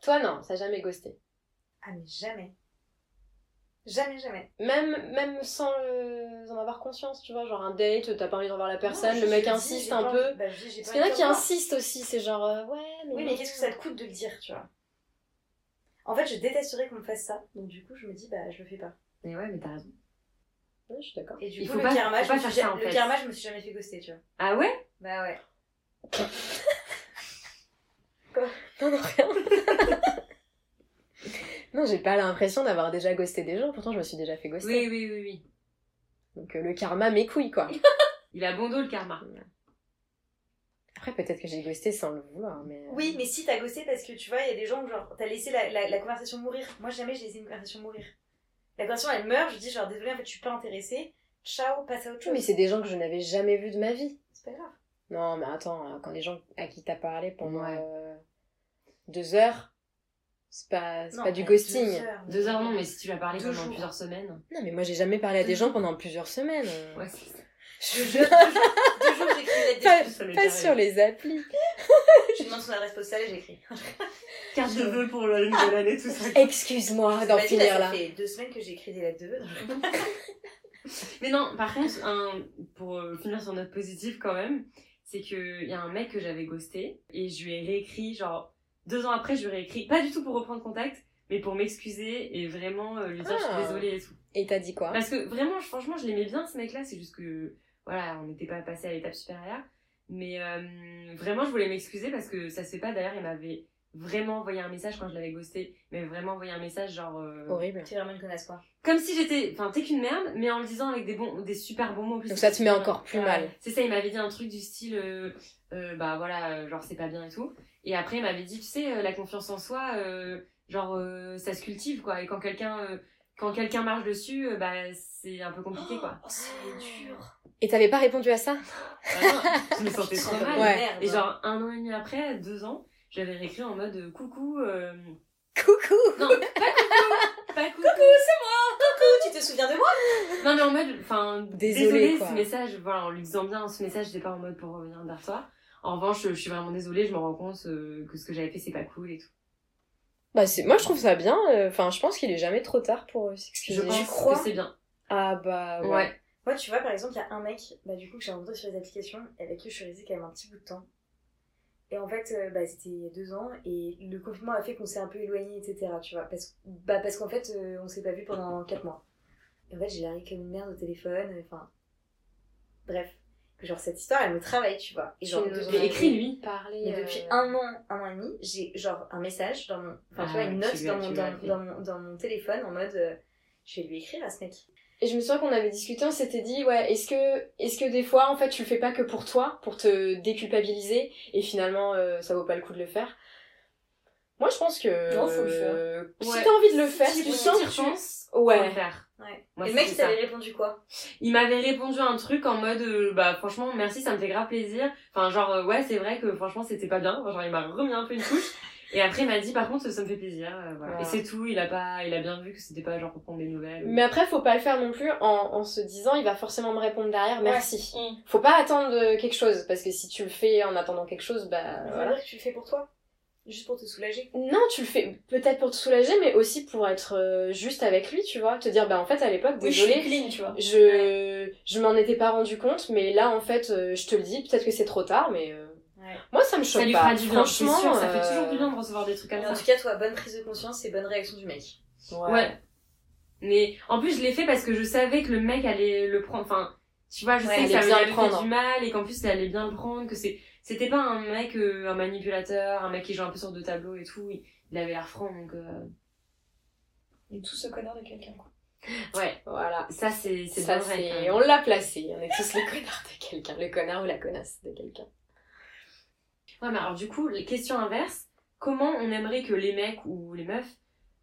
Speaker 2: Toi non, ça a jamais ghosté.
Speaker 3: Ah, mais jamais. Jamais, jamais.
Speaker 2: Même, même sans euh, en avoir conscience, tu vois. Genre un date, t'as pas envie de revoir la personne,
Speaker 3: Non,
Speaker 2: le
Speaker 3: je-
Speaker 2: mec
Speaker 3: je dis,
Speaker 2: insiste
Speaker 3: j'ai
Speaker 2: un
Speaker 3: pas
Speaker 2: peu.
Speaker 3: envie- bah, je dis, j'ai
Speaker 2: Parce
Speaker 3: pas
Speaker 2: qu'il y en a
Speaker 3: envie
Speaker 2: qui
Speaker 3: de le voir.
Speaker 2: insistent aussi, c'est genre euh, ouais, mais.
Speaker 3: Oui,
Speaker 2: non.
Speaker 3: mais qu'est-ce que ça te coûte de le dire, tu vois En fait, je détesterais qu'on me fasse ça, donc du coup, je me dis, bah, je le fais pas.
Speaker 5: Mais ouais, mais t'as raison.
Speaker 2: Ouais, je suis d'accord.
Speaker 3: Et du
Speaker 5: Il
Speaker 3: coup,
Speaker 5: faut
Speaker 3: le,
Speaker 5: pas-
Speaker 3: karma,
Speaker 5: faut
Speaker 3: je
Speaker 5: pas
Speaker 3: me suis
Speaker 5: faire ça,
Speaker 3: ja-
Speaker 5: en
Speaker 3: le
Speaker 5: fait.
Speaker 3: karma, je me suis jamais fait ghoster, tu vois.
Speaker 5: Ah ouais?
Speaker 3: Bah ouais.
Speaker 2: Non, non, rien. non, j'ai pas l'impression d'avoir déjà ghosté des gens, pourtant je me suis déjà fait ghoster.
Speaker 5: Oui, oui, oui, oui.
Speaker 2: Donc euh, le karma, mes couilles quoi.
Speaker 5: Il a bon dos le karma.
Speaker 2: Après, peut-être que j'ai ghosté sans le vouloir, mais. euh,
Speaker 3: Oui, mais si t'as gossé parce que tu vois, il y a des gens où genre t'as laissé la, la, la conversation mourir. Moi jamais j'ai laissé une conversation mourir. La conversation elle meurt, je dis genre désolé en fait je suis pas intéressée. Ciao, passe à autre chose.
Speaker 2: Mais c'est des gens que je n'avais jamais vus de ma vie.
Speaker 3: c'est pas grave.
Speaker 2: Non, mais attends, euh, quand les gens à qui t'as parlé pendant
Speaker 5: Ouais.
Speaker 2: euh, deux heures, c'est pas, c'est
Speaker 3: Non,
Speaker 2: pas du
Speaker 3: mais
Speaker 2: ghosting.
Speaker 3: deux heures,
Speaker 5: Deux heures non, mais si tu lui as parlé
Speaker 3: Deux
Speaker 5: pendant
Speaker 3: jours.
Speaker 5: plusieurs semaines.
Speaker 2: Non, mais moi j'ai jamais parlé à des gens pendant plusieurs semaines.
Speaker 5: Ouais, c'est
Speaker 2: Je-
Speaker 3: Deux, deux jours, deux jours j'écris une
Speaker 2: pas
Speaker 3: lettre.
Speaker 5: ça m'est
Speaker 2: pas
Speaker 5: arrivé.
Speaker 2: sur les applis.
Speaker 3: Je demande son adresse postale et j'écris.
Speaker 5: Carte de vœux pour la nouvelle année, tout ça.
Speaker 2: Excuse-moi d'en
Speaker 3: Vas-y, là,
Speaker 2: finir
Speaker 3: ça
Speaker 2: là.
Speaker 3: fait deux semaines que j'écris des lettres de vœux.
Speaker 5: Mais non, par contre, un- pour euh, finir sur notre positif quand même, c'est qu'il y a un mec que j'avais ghosté et je lui ai réécrit genre Deux ans après, je lui ai réécrit, pas du tout pour reprendre contact, mais pour m'excuser et vraiment euh, lui dire je
Speaker 2: Ah.
Speaker 5: suis désolée et tout.
Speaker 2: Et t'as dit quoi
Speaker 5: Parce que vraiment, je- franchement, je l'aimais bien ce mec-là, c'est juste que, voilà, on n'était pas passé à l'étape supérieure. Mais euh, vraiment, je voulais m'excuser parce que ça se fait pas. D'ailleurs, il m'avait vraiment envoyé un message quand je l'avais ghosté, mais vraiment envoyé un message genre. euh,
Speaker 2: Horrible.
Speaker 3: Tu es vraiment une connasse, quoi.
Speaker 5: Comme si j'étais. Enfin, t'es qu'une merde, mais en le disant avec des, bons, des super bons mots. en plus.
Speaker 2: Donc ça te met encore plus
Speaker 5: Ouais.
Speaker 2: mal.
Speaker 5: C'est ça, il m'avait dit un truc du style, euh, euh, bah voilà, euh, genre c'est pas bien et tout. Et après, il m'avait dit, tu sais, euh, la confiance en soi, euh, genre euh, ça se cultive quoi. Et quand quelqu'un euh, quand quelqu'un marche dessus, euh, bah c'est un peu compliqué quoi.
Speaker 6: Oh, c'est dur.
Speaker 2: Et t'avais pas répondu à ça
Speaker 5: Vraiment, je me sentais trop mal.
Speaker 2: Ouais.
Speaker 5: Et genre un an et demi après, deux ans, j'avais réécrit en mode euh, coucou. euh,
Speaker 2: Coucou
Speaker 5: Non, pas coucou, pas coucou.
Speaker 3: tu te souviens de moi
Speaker 5: Non mais en mode, enfin,
Speaker 2: Désolée,
Speaker 5: désolé,
Speaker 2: quoi.
Speaker 5: ce message, voilà, en lui disant bien ce message, j'étais pas en mode pour revenir vers toi. En revanche, je suis vraiment désolée, je me rends compte euh, que ce que j'avais fait, c'est pas cool et tout.
Speaker 2: Bah c'est moi je trouve ça bien. euh, Enfin je pense qu'il est jamais trop tard pour euh, s'excuser.
Speaker 5: Je pense
Speaker 2: crois.
Speaker 5: que c'est bien.
Speaker 2: Ah bah ouais.
Speaker 5: Ouais.
Speaker 3: Moi, tu vois, par exemple, il y a un mec, bah, du coup, que j'ai rencontré sur les applications, et avec qui je suis restée quand même un petit bout de temps. Et en fait, euh, bah, c'était il y a deux ans, et le confinement a fait qu'on s'est un peu éloigné, etc. Tu vois, parce, bah, parce qu'en fait, euh, on s'est pas vu pendant quatre mois. Et en fait, j'ai largué comme une merde au téléphone, euh, enfin. Bref. Que Genre, cette histoire, elle me travaille, tu vois. Et genre,
Speaker 2: Tu nous
Speaker 3: depuis-
Speaker 2: en as
Speaker 5: Mais écris lui.
Speaker 2: Parler,
Speaker 3: mais
Speaker 2: euh,
Speaker 3: depuis un an, un an et demi, j'ai genre un message dans mon. Enfin, tu
Speaker 5: Ah,
Speaker 3: vois, une
Speaker 5: tu
Speaker 3: note
Speaker 5: lui as-
Speaker 3: dans mon,
Speaker 5: tu lui as
Speaker 3: dans,
Speaker 5: fait.
Speaker 3: dans mon, dans mon téléphone en mode. euh, je vais lui écrire à ce mec.
Speaker 2: Et je me souviens qu'on avait discuté, on s'était dit, ouais, est-ce que, est-ce que des fois, en fait, tu le fais pas que pour toi, pour te déculpabiliser, et finalement, euh, ça vaut pas le coup de le faire Moi, je pense que.
Speaker 5: Non, faut le faire.
Speaker 2: euh, Si
Speaker 5: Ouais.
Speaker 2: t'as envie de le
Speaker 5: Si
Speaker 2: faire,
Speaker 5: tu-
Speaker 2: si tu
Speaker 5: si
Speaker 2: sens
Speaker 5: t'y
Speaker 2: que tu-
Speaker 5: repenses, faut le
Speaker 2: Ouais.
Speaker 5: faire.
Speaker 3: Ouais.
Speaker 5: Moi,
Speaker 3: et le mec,
Speaker 5: c'est
Speaker 3: il
Speaker 5: ça.
Speaker 3: t'avait répondu quoi
Speaker 5: Il m'avait répondu un truc en mode, euh, bah franchement, merci, ça me fait grave plaisir. Enfin, genre, euh, ouais, c'est vrai que franchement, c'était pas bien. Enfin, genre, il m'a remis un peu une couche. Et après, il m'a dit, par contre, ça me fait plaisir. euh, voilà.
Speaker 2: Voilà.
Speaker 5: Et c'est tout, il a, pas, il a bien vu que c'était pas genre pour prendre des nouvelles.
Speaker 2: Mais après, faut pas le faire non plus en, en se disant, il va forcément me répondre derrière, merci.
Speaker 6: Mm.
Speaker 2: Faut pas attendre euh, quelque chose, parce que si tu le fais en attendant quelque chose, bah
Speaker 3: Ça veut
Speaker 2: voilà.
Speaker 3: dire Ah, que tu le fais pour toi Juste pour te soulager
Speaker 2: Non, tu le fais peut-être pour te soulager, mais aussi pour être euh, juste avec lui, tu vois. Te dire, bah en fait, à l'époque,
Speaker 6: Oui, je suis
Speaker 2: désolé,
Speaker 6: clean, tu vois.
Speaker 2: Je, je m'en étais pas rendu compte, mais là en fait, euh, je te le dis, peut-être que c'est trop tard, mais euh,
Speaker 3: Ouais.
Speaker 2: moi ça me choque
Speaker 5: Ça lui
Speaker 2: pas.
Speaker 5: fera du bien, c'est
Speaker 2: Franchement,
Speaker 5: sûr, ça fait
Speaker 2: euh,
Speaker 5: toujours du bien de recevoir des trucs comme
Speaker 3: Mais
Speaker 5: ça.
Speaker 3: en tout cas, toi, bonne prise de conscience et bonne réaction du mec.
Speaker 2: Ouais.
Speaker 5: Ouais. Mais en plus, je l'ai fait parce que je savais que le mec allait le prendre. Enfin, tu vois, je
Speaker 3: Ouais,
Speaker 5: sais
Speaker 2: il
Speaker 5: que ça
Speaker 2: allait
Speaker 5: lui
Speaker 2: bien le
Speaker 5: avait
Speaker 2: prendre.
Speaker 5: fait du mal et qu'en plus, il allait bien le prendre. Que c'est, c'était pas un mec, euh, un manipulateur, un mec qui joue un peu sur deux tableaux et tout. Il, il avait l'air franc, donc euh,
Speaker 6: Il est tout ce connard de quelqu'un, quoi.
Speaker 5: ouais.
Speaker 2: Voilà.
Speaker 5: Ça, c'est, c'est
Speaker 2: Ça,
Speaker 5: pas vrai. quand
Speaker 2: c'est...
Speaker 5: même.
Speaker 2: On l'a placé, on est tous les connards de quelqu'un, le connard ou la connasse de quelqu'un.
Speaker 5: Ouais, mais alors du coup, la question inverse. Comment on aimerait que les mecs ou les meufs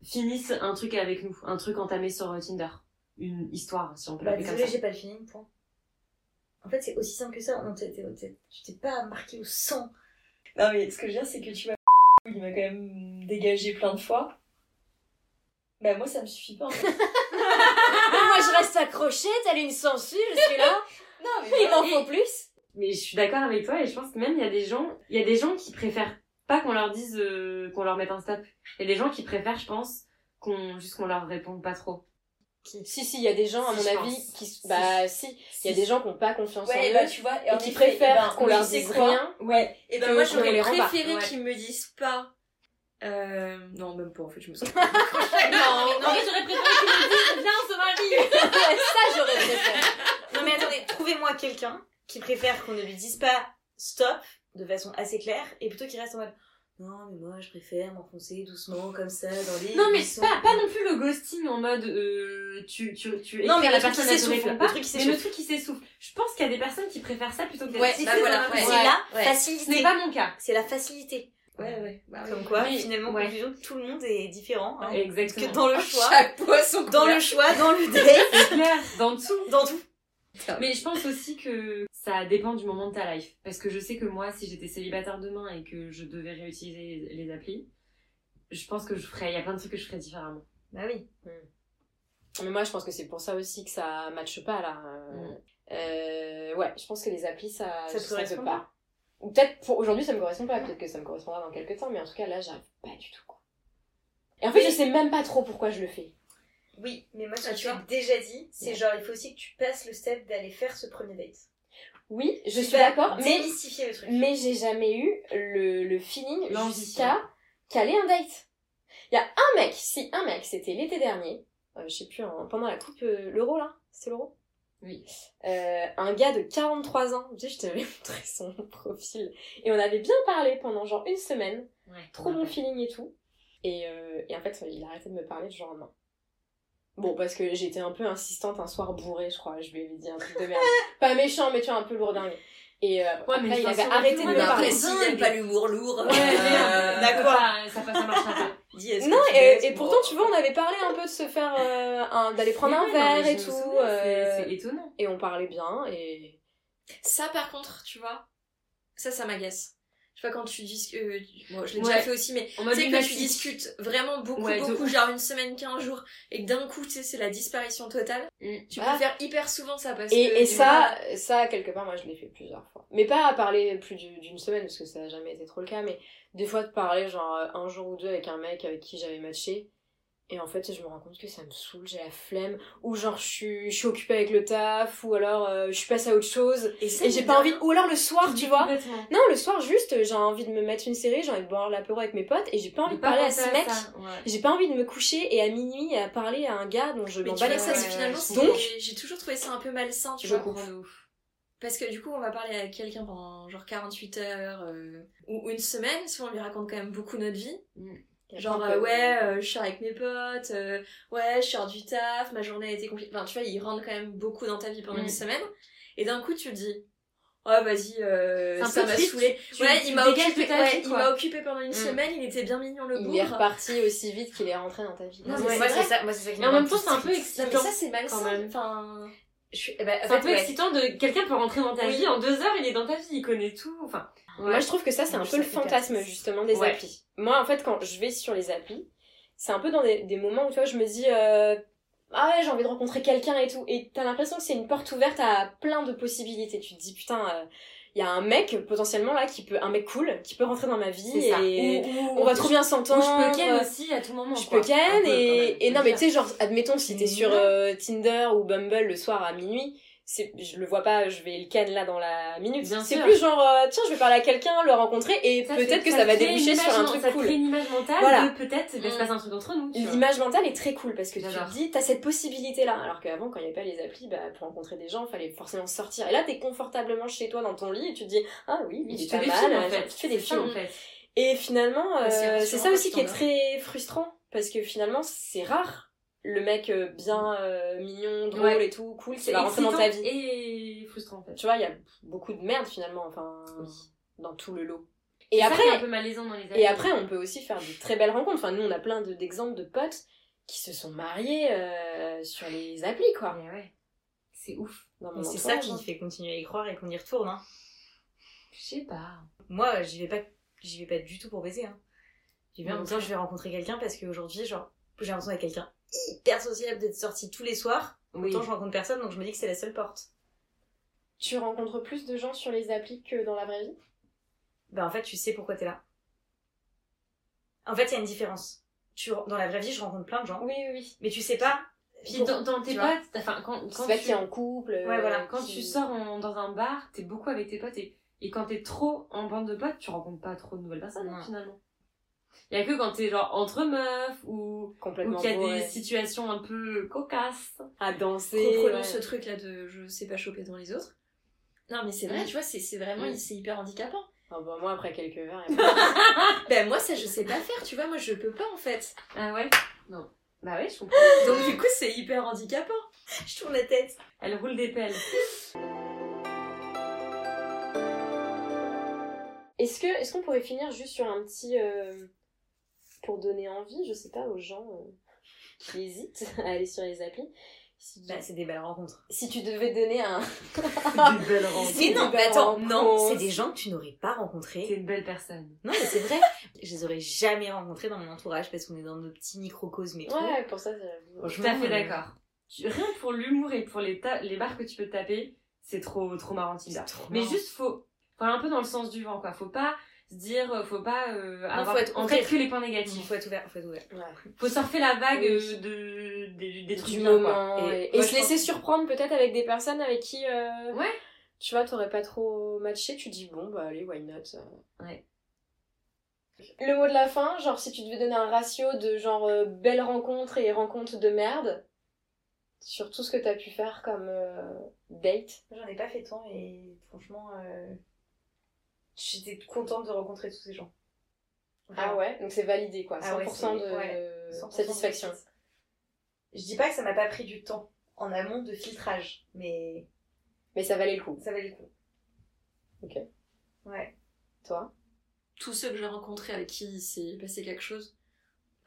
Speaker 5: finissent un truc avec nous, un truc entamé sur euh, Tinder, une histoire, si on peut
Speaker 3: Bah,
Speaker 5: l'appeler
Speaker 3: désolé,
Speaker 5: comme ça.
Speaker 3: j'ai pas le feeling, point. En fait, c'est aussi simple que ça. On t'est- t'es- t'es- Tu t'es pas marqué au sang.
Speaker 6: Non, mais ce que je veux dire, c'est que tu vois, il m'a quand même dégagé plein de fois. Bah, moi, ça me suffit pas. en fait.
Speaker 2: moi je reste accrochée, t'as une sangsue, je suis là,
Speaker 6: non, mais
Speaker 2: il
Speaker 6: voilà.
Speaker 2: en faut plus.
Speaker 5: Mais je suis d'accord avec toi et je pense que même il y a des gens, il y a des gens qui préfèrent pas qu'on leur dise euh, qu'on leur mette un stop. Il y a des gens qui préfèrent, je pense, qu'on juste qu'on leur réponde pas trop.
Speaker 2: Si, si, il y a des gens, à
Speaker 5: Si,
Speaker 2: mon
Speaker 5: je
Speaker 2: avis,
Speaker 5: pense.
Speaker 2: qui. s-
Speaker 5: Si.
Speaker 2: Bah si, il y a des gens qui ont pas confiance
Speaker 6: Ouais, et
Speaker 2: en eh
Speaker 6: bah,
Speaker 2: eux.
Speaker 6: tu vois,
Speaker 2: Et
Speaker 6: en
Speaker 2: qui
Speaker 6: effet,
Speaker 2: préfèrent
Speaker 6: ben,
Speaker 2: qu'on
Speaker 6: tu
Speaker 2: leur
Speaker 6: sais
Speaker 2: dise
Speaker 6: quoi
Speaker 2: rien.
Speaker 6: Ouais, eh
Speaker 4: Et
Speaker 2: Que
Speaker 4: ben moi
Speaker 2: qu'on les
Speaker 4: j'aurais
Speaker 2: rembarque,
Speaker 4: préféré
Speaker 5: ouais.
Speaker 4: qu'ils me disent pas. Euh... Non, même pas en fait, je me sens.
Speaker 2: Non,
Speaker 5: En fait, j'aurais préféré qu'ils me disent viens, on se marie.
Speaker 2: ça j'aurais préféré.
Speaker 3: Non, mais attendez, trouvez-moi quelqu'un qui préfère qu'on ne lui dise pas stop de façon assez claire et plutôt qu'il reste en mode non, mais moi je préfère m'enfoncer doucement comme ça dans les.
Speaker 5: Non mais
Speaker 3: buissons.
Speaker 5: pas, pas non plus le ghosting en mode euh, tu tu tu
Speaker 3: Non,
Speaker 5: écris
Speaker 3: mais
Speaker 5: à
Speaker 3: le
Speaker 5: la
Speaker 3: truc qui
Speaker 5: personne elle te
Speaker 3: s'essouffle,
Speaker 5: répond
Speaker 3: le
Speaker 5: pas.
Speaker 3: truc qui
Speaker 5: mais le
Speaker 3: s'essouffle.
Speaker 5: truc qui s'essouffle. Je pense qu'il y a des personnes qui préfèrent ça plutôt que d'être
Speaker 2: Ouais,
Speaker 5: fixées
Speaker 4: bah
Speaker 5: dans
Speaker 4: voilà,
Speaker 5: un
Speaker 3: C'est
Speaker 5: truc.
Speaker 4: ouais.
Speaker 3: la
Speaker 2: ouais.
Speaker 5: Ce n'est
Speaker 3: facilité.
Speaker 5: pas mon cas.
Speaker 3: C'est la facilité.
Speaker 4: Ouais, ouais. Bah,
Speaker 3: Comme quoi,
Speaker 5: Mais-
Speaker 3: finalement,
Speaker 5: ouais.
Speaker 3: conclusion, tout le monde est différent. hein. Parce
Speaker 5: Exactement.
Speaker 3: que dans le choix,
Speaker 2: Bah
Speaker 4: poisson
Speaker 3: dans le choix, dans le date,
Speaker 5: C'est clair, dans tout.
Speaker 3: dans tout.
Speaker 5: Mais je pense aussi que ça dépend du moment de ta life. Parce que je sais que moi, si j'étais célibataire demain et que je devais réutiliser les, les applis, je pense que je ferais. Il y a plein de trucs que je ferais différemment.
Speaker 3: Bah oui.
Speaker 2: Mais moi, je pense que c'est pour ça aussi que ça matche pas, là. Euh,
Speaker 5: Mm.
Speaker 2: euh, ouais, je pense que les applis, ça
Speaker 3: Ça te
Speaker 2: ça
Speaker 3: correspond
Speaker 2: peut pas. Ou peut-être, pour aujourd'hui, ça me correspond pas. Peut-être que ça me correspondra dans quelques temps, mais en tout cas, là, j'arrive pas du tout, quoi. Et en fait, je sais même pas trop pourquoi je le fais.
Speaker 3: Oui, mais moi, ce
Speaker 4: Ah,
Speaker 3: que
Speaker 4: tu
Speaker 3: tu as
Speaker 4: vois.
Speaker 3: déjà dit, c'est
Speaker 2: Ouais.
Speaker 3: genre, il faut aussi que tu passes le step d'aller faire ce premier date.
Speaker 2: Oui, je
Speaker 3: Tu
Speaker 2: suis
Speaker 3: vas
Speaker 2: d'accord, mais,
Speaker 3: Démystifier le truc.
Speaker 2: mais j'ai jamais eu le, le feeling
Speaker 5: L'envie.
Speaker 2: jusqu'à caler un date. Il y a un mec, si un mec, c'était l'été dernier, euh, je sais plus, hein, pendant la coupe, euh, l'euro là, c'est l'euro
Speaker 5: Oui.
Speaker 2: Euh, un gars de 43 ans, tu sais, je t'avais montré son profil, et on avait bien parlé pendant genre une semaine,
Speaker 5: Ouais.
Speaker 2: trop bon feeling et tout, et, euh, et en fait, il a arrêté de me parler du jour au lendemain. Bon, parce que j'étais un peu insistante un soir bourré, je crois, je lui avais dit un truc de merde. Pas méchant, mais tu vois, un peu lourdingue. Et euh,
Speaker 5: Ouais,
Speaker 2: après,
Speaker 5: mais de
Speaker 2: il
Speaker 5: toute
Speaker 2: avait
Speaker 5: façon,
Speaker 2: arrêté de
Speaker 5: ouais,
Speaker 2: me
Speaker 5: mais
Speaker 2: parler.
Speaker 5: après,
Speaker 4: s'il aime pas l'humour lourd,
Speaker 5: Ouais,
Speaker 6: Euh,
Speaker 5: merde.
Speaker 4: Euh, d'accord.
Speaker 5: Ça, ça, ça marche un peu.
Speaker 4: Dis, est-ce que
Speaker 2: Non,
Speaker 4: tu
Speaker 2: et,
Speaker 4: laisses
Speaker 2: et
Speaker 4: pour-
Speaker 2: pourtant, tu vois, on avait parlé un peu de se faire. euh, un- d'aller prendre
Speaker 5: Mais
Speaker 2: un
Speaker 5: ouais, non, mais
Speaker 2: verre
Speaker 5: je
Speaker 2: et
Speaker 5: me
Speaker 2: tout.
Speaker 5: souviens,
Speaker 2: euh,
Speaker 5: C'est c'est étonnant.
Speaker 2: et on parlait bien, et.
Speaker 4: Ça, par contre, tu vois, ça, ça m'agace. Je sais pas quand tu dis euh, bon, je l'ai
Speaker 5: Ouais.
Speaker 4: déjà fait aussi, mais tu
Speaker 5: En mode
Speaker 4: sais que tu
Speaker 5: lunatique.
Speaker 4: discutes vraiment beaucoup,
Speaker 5: Ouais, de
Speaker 4: beaucoup,
Speaker 5: ouf.
Speaker 4: genre une semaine, 15 jours, et que d'un coup, tu sais, c'est la disparition totale.
Speaker 5: Mm.
Speaker 4: Tu
Speaker 2: Ah.
Speaker 4: peux faire hyper souvent ça parce que.
Speaker 2: Et, et
Speaker 4: tu
Speaker 2: ça, ça, quelque part, moi, je l'ai fait plusieurs fois. Mais pas à parler plus du- d'une semaine, parce que ça n'a jamais été trop le cas, mais des fois de parler, genre, euh, un jour ou deux avec un mec avec qui j'avais matché. Et en fait, je me rends compte que ça me saoule, j'ai la flemme, ou genre, je suis, je suis occupée avec le taf, ou alors, euh, je suis passée à autre chose,
Speaker 4: vois, ça,
Speaker 2: et j'ai
Speaker 4: mine
Speaker 2: pas
Speaker 4: de
Speaker 2: envie,
Speaker 4: rien,
Speaker 2: ou alors le soir, tu vois.
Speaker 5: Complètement.
Speaker 2: Non, le soir, juste, euh, j'ai envie de me mettre une série, j'ai envie de boire l'apéro avec mes potes, et j'ai pas envie de
Speaker 5: Pas
Speaker 2: parler à
Speaker 5: penser
Speaker 2: ce mec.
Speaker 5: ça, ouais.
Speaker 2: J'ai pas envie de me coucher et à minuit à parler à un gars dont je
Speaker 4: Mais
Speaker 2: m'en
Speaker 4: tu
Speaker 2: bats
Speaker 4: vois,
Speaker 2: les
Speaker 4: ça,
Speaker 5: ouais,
Speaker 4: c'est
Speaker 2: couilles.
Speaker 4: finalement,
Speaker 5: je
Speaker 4: c'est-
Speaker 2: comprends.
Speaker 4: j'ai toujours trouvé ça un peu malsain, tu
Speaker 2: Je
Speaker 4: vois.
Speaker 2: comprends.
Speaker 4: Parce que du coup, on va parler à quelqu'un pendant genre 48 heures euh, ou ou une semaine, souvent on lui raconte quand même beaucoup notre vie. Genre, euh, ouais, euh, je sors avec mes potes, euh, ouais, je sors du taf, ma journée a été compliquée. Enfin, tu vois, ils rentrent quand même beaucoup dans ta vie pendant
Speaker 5: Mm.
Speaker 4: une semaine. Et d'un coup, tu te dis, oh, vas-y, euh,
Speaker 5: C'est un
Speaker 4: ça
Speaker 5: peu
Speaker 4: m'a
Speaker 5: triste,
Speaker 4: saoulé.
Speaker 5: tu-
Speaker 4: Ouais,
Speaker 5: tu
Speaker 4: il m'a
Speaker 5: dégages de
Speaker 4: occupé,
Speaker 5: ta vie,
Speaker 4: ouais, il
Speaker 5: quoi.
Speaker 4: m'a occupé pendant une
Speaker 5: Mm.
Speaker 4: semaine, il était bien mignon le
Speaker 2: Il est
Speaker 4: bourre.
Speaker 2: reparti aussi vite qu'il est rentré dans ta vie.
Speaker 4: Non,
Speaker 5: mais
Speaker 2: Ouais.
Speaker 5: c'est vrai.
Speaker 2: ça, moi, c'est ça qui
Speaker 5: Mais en
Speaker 2: m'a
Speaker 5: même temps,
Speaker 2: rendu
Speaker 5: c'est un peu
Speaker 2: triste.
Speaker 4: Non,
Speaker 5: excitant.
Speaker 4: mais ça, c'est malsain.
Speaker 5: quand même.
Speaker 4: Enfin,
Speaker 2: Je suis- eh ben, en
Speaker 5: C'est un
Speaker 2: fait,
Speaker 5: peu
Speaker 2: ouais.
Speaker 5: excitant de quelqu'un peut rentrer dans ta
Speaker 4: Oui.
Speaker 5: vie en deux heures, il est dans ta vie, il connaît tout. Enfin,
Speaker 2: Moi, je trouve que ça, c'est un
Speaker 5: Je
Speaker 2: peu le
Speaker 5: sais, hyper
Speaker 2: fantasme,
Speaker 5: triste.
Speaker 2: justement, des
Speaker 5: Ouais.
Speaker 2: applis. Moi, en fait, quand je vais sur les applis, c'est un peu dans des, des moments où, tu vois, je me dis, euh, ah ouais, j'ai envie de rencontrer quelqu'un et tout. Et t'as l'impression que c'est une porte ouverte à plein de possibilités. Tu te dis, putain, il y a un mec, potentiellement, là, qui peut, un mec cool, qui peut rentrer dans ma vie
Speaker 5: C'est ça.
Speaker 2: et
Speaker 5: Ou-
Speaker 2: on
Speaker 5: ou-
Speaker 2: va trop bien s'entendre.
Speaker 5: Ou je peux ken aussi à tout moment.
Speaker 2: Je
Speaker 5: quoi.
Speaker 2: peux ken
Speaker 5: Un
Speaker 2: et,
Speaker 5: peu, quand même,
Speaker 2: et
Speaker 5: faut
Speaker 2: non mais
Speaker 5: dire.
Speaker 2: tu sais genre admettons si t'es
Speaker 5: Mais
Speaker 2: sur
Speaker 5: non.
Speaker 2: euh, Tinder ou Bumble le soir à minuit c'est je le vois pas je vais le ken là dans la minute
Speaker 5: Bien
Speaker 2: c'est
Speaker 5: sûr.
Speaker 2: plus genre euh, tiens je vais parler à quelqu'un le rencontrer et
Speaker 5: Ça
Speaker 2: peut-être
Speaker 5: fait-
Speaker 2: que ça, va
Speaker 5: crée une
Speaker 2: déboucher sur
Speaker 5: image
Speaker 2: un
Speaker 5: men-
Speaker 2: truc
Speaker 5: ça
Speaker 2: cool
Speaker 5: crée une image mentale
Speaker 2: Voilà. Mm.
Speaker 5: de peut-être il va se passer un truc entre nous. tu vois.
Speaker 2: l'image mentale est très cool parce que tu
Speaker 5: J'adore.
Speaker 2: te dis t'as cette possibilité là alors qu'avant quand il y avait pas les applis bah, pour rencontrer des gens fallait forcément sortir et là t'es confortablement chez toi dans ton lit et tu te dis ah oui
Speaker 5: Et
Speaker 2: il
Speaker 5: tu
Speaker 2: est
Speaker 5: fais
Speaker 2: pas
Speaker 5: des
Speaker 2: mal
Speaker 5: films en
Speaker 2: euh,
Speaker 5: fait.
Speaker 2: tu fais des
Speaker 5: C'est ça,
Speaker 2: films
Speaker 5: en fait.
Speaker 2: et finalement,
Speaker 4: Bah, c'est
Speaker 2: euh,
Speaker 4: rassurant,
Speaker 2: c'est ça aussi
Speaker 4: quand
Speaker 2: qui est
Speaker 4: tu t'en
Speaker 2: très frustrant, parce que finalement, c'est rare le mec euh, bien euh, mignon, drôle
Speaker 5: Ouais.
Speaker 2: et tout, cool, qui
Speaker 5: C'est
Speaker 2: va rentrer dans ta
Speaker 5: excitant
Speaker 2: vie.
Speaker 5: Et frustrant en fait.
Speaker 2: Tu vois, il y a beaucoup de merde finalement, enfin,
Speaker 5: Oui.
Speaker 2: dans tout le lot. Et
Speaker 5: C'est ça qui est un
Speaker 2: après,
Speaker 5: peu malaisant dans les
Speaker 2: et
Speaker 5: applis.
Speaker 2: après, on peut aussi faire de très belles rencontres. Enfin, nous, on a plein de- d'exemples de, potes qui se sont mariés euh, sur les applis, quoi.
Speaker 5: Mais ouais. C'est ouf.
Speaker 2: Dans
Speaker 3: Mais
Speaker 2: mon
Speaker 3: c'est ça
Speaker 2: entourage,
Speaker 3: qui
Speaker 2: hein.
Speaker 3: fait continuer à y croire et qu'on y retourne. Hein.
Speaker 5: Je sais pas.
Speaker 3: Moi, j'y vais pas, j'y vais pas du tout pour baiser. Hein. J'y vais en
Speaker 5: Non,
Speaker 3: me disant,
Speaker 5: non.
Speaker 3: je vais rencontrer quelqu'un parce qu'aujourd'hui, genre, j'ai l'impression d'être quelqu'un hyper sociable, d'être sorti tous les soirs.
Speaker 5: Oui.
Speaker 3: Pourtant, je rencontre personne, donc je me dis que c'est la seule porte.
Speaker 2: Tu rencontres plus de gens sur les applis que dans la vraie vie
Speaker 3: Bah, en fait, tu sais pourquoi t'es là. En fait, il y a une différence. Tu, re- dans la vraie vie, je rencontre plein de gens,
Speaker 2: Oui, oui, oui.
Speaker 3: mais tu sais pas.
Speaker 5: Puis dans, dans tes
Speaker 3: tu vois.
Speaker 5: potes, enfin quand, quand
Speaker 2: C'est pas
Speaker 5: tu-
Speaker 2: qui est en couple. euh,
Speaker 3: Ouais, voilà,
Speaker 5: Quand tu sors en- dans un bar, t'es beaucoup avec tes potes et, et quand t'es trop en bande de potes, tu rencontres pas trop de nouvelles personnes
Speaker 3: Non.
Speaker 5: finalement. Il y a que quand t'es genre entre meufs ou, ou
Speaker 2: Complètement
Speaker 5: qu'il y a
Speaker 2: beau,
Speaker 5: des
Speaker 2: ouais.
Speaker 5: situations un peu cocasses.
Speaker 2: à danser.
Speaker 4: reprenons
Speaker 2: ouais.
Speaker 4: ce truc là de je sais pas choper dans les autres. Non, mais c'est vrai,
Speaker 5: Mm.
Speaker 4: tu vois, c'est c'est vraiment,
Speaker 5: Mm.
Speaker 4: c'est hyper handicapant.
Speaker 2: Ah bah moi après quelques verres.
Speaker 4: Ben moi ça je sais pas faire, tu vois, moi je peux pas en fait.
Speaker 5: Ah ouais Non. Bah ouais, je comprends.
Speaker 4: Donc du coup c'est hyper handicapant.
Speaker 3: Je tourne la tête.
Speaker 5: Elle roule des pelles.
Speaker 2: Est-ce que est-ce qu'on pourrait finir juste sur un petit euh, pour donner envie, je sais pas aux gens euh, qui hésitent à aller sur les applis. Si,
Speaker 3: Bah, c'est des belles rencontres.
Speaker 2: si tu devais donner un
Speaker 5: Des belles
Speaker 2: C'est
Speaker 3: Mais non,
Speaker 2: des
Speaker 3: mais attends,
Speaker 2: belles
Speaker 3: non,
Speaker 2: rencontres.
Speaker 3: c'est des gens que tu n'aurais pas rencontrés.
Speaker 5: T'es une belle personne.
Speaker 3: Non, mais c'est vrai. je les aurais jamais rencontrés dans mon entourage parce qu'on est dans nos petits microcosmes et tout.
Speaker 2: ouais pour ça j'avoue.
Speaker 5: Tout
Speaker 3: Franchement,
Speaker 5: à fait
Speaker 3: euh,
Speaker 5: d'accord. Tu- Rien que pour l'humour et pour les, ta- les barres que tu peux taper, c'est trop, trop marrant Tinder.
Speaker 3: trop
Speaker 5: Mais
Speaker 3: marrant.
Speaker 5: juste, faut. Enfin, un peu dans le sens du vent, quoi. Faut pas se dire, euh, faut pas euh, avoir
Speaker 3: faut être
Speaker 5: en tête
Speaker 3: ouvert.
Speaker 5: que les points
Speaker 3: Il
Speaker 5: négatifs.
Speaker 3: faut être ouvert, il faut être ouvert.
Speaker 2: Ouais.
Speaker 5: Faut surfer la vague
Speaker 2: Oui.
Speaker 5: euh, de, des, des trucs
Speaker 2: Du
Speaker 5: bien, quoi.
Speaker 2: moment
Speaker 5: Et
Speaker 2: et, et
Speaker 5: moi,
Speaker 2: se
Speaker 5: je
Speaker 2: laisser
Speaker 5: pense-
Speaker 2: surprendre peut-être avec des personnes avec qui euh,
Speaker 5: Ouais.
Speaker 2: tu vois t'aurais pas trop matché, tu dis bon bah allez why not. euh.
Speaker 5: Ouais.
Speaker 2: Le mot de la fin, genre si tu devais donner un ratio de genre euh, belle rencontre et rencontre de merde sur tout ce que t'as pu faire comme euh, date.
Speaker 3: J'en ai pas fait tant et franchement, euh, j'étais contente de rencontrer tous ces gens.
Speaker 2: Ah ouais, donc c'est validé quoi, 100%
Speaker 3: Ah ouais,
Speaker 2: de
Speaker 3: c'est- ouais, 100% de
Speaker 2: satisfaction.
Speaker 3: réussite. Euh, Je dis pas que ça m'a pas pris du temps en amont de filtrage, mais
Speaker 2: Mais ça valait le coup,
Speaker 3: ça valait le coup.
Speaker 2: Ok.
Speaker 3: Ouais.
Speaker 2: toi.
Speaker 4: Tous ceux que j'ai rencontrés avec qui il s'est passé quelque chose,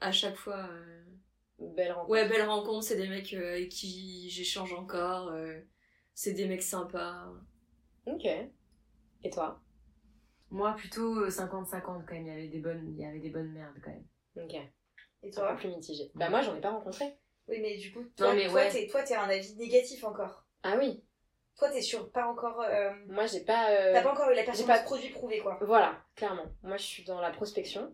Speaker 4: à chaque fois. euh,
Speaker 2: Belle rencontre.
Speaker 4: Ouais, belle rencontre, c'est des mecs euh, avec qui j'échange encore, euh, c'est des mecs sympas.
Speaker 2: Ok. Et toi
Speaker 5: Moi, plutôt euh, 50-50 quand même. Il y avait des bonnes, il y avait des bonnes merdes quand même.
Speaker 2: Ok.
Speaker 3: Et
Speaker 2: Un
Speaker 3: toi
Speaker 2: peu plus mitigé. Bah moi j'en ai pas rencontré.
Speaker 3: Oui, Ah, mais du coup, toi,
Speaker 5: Non, mais
Speaker 3: toi,
Speaker 5: ouais.
Speaker 3: t'es, toi, t'es un avis négatif encore.
Speaker 2: Ah oui,
Speaker 3: Toi, t'es sur pas encore. euh,
Speaker 2: moi j'ai pas... euh,
Speaker 3: T'as pas encore eu la personne
Speaker 2: j'ai pas-
Speaker 3: de produit prouvé, quoi.
Speaker 2: Voilà, clairement. Moi je suis dans la prospection,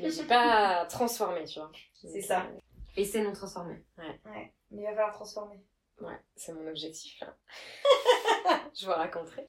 Speaker 2: mais j'ai pas transformé, tu vois.
Speaker 3: C'est
Speaker 2: Donc,
Speaker 3: ça.
Speaker 2: euh,
Speaker 5: Et c'est non transformé.
Speaker 3: Mais il va falloir transformer.
Speaker 2: Ouais, c'est mon objectif là. je vous raconterai.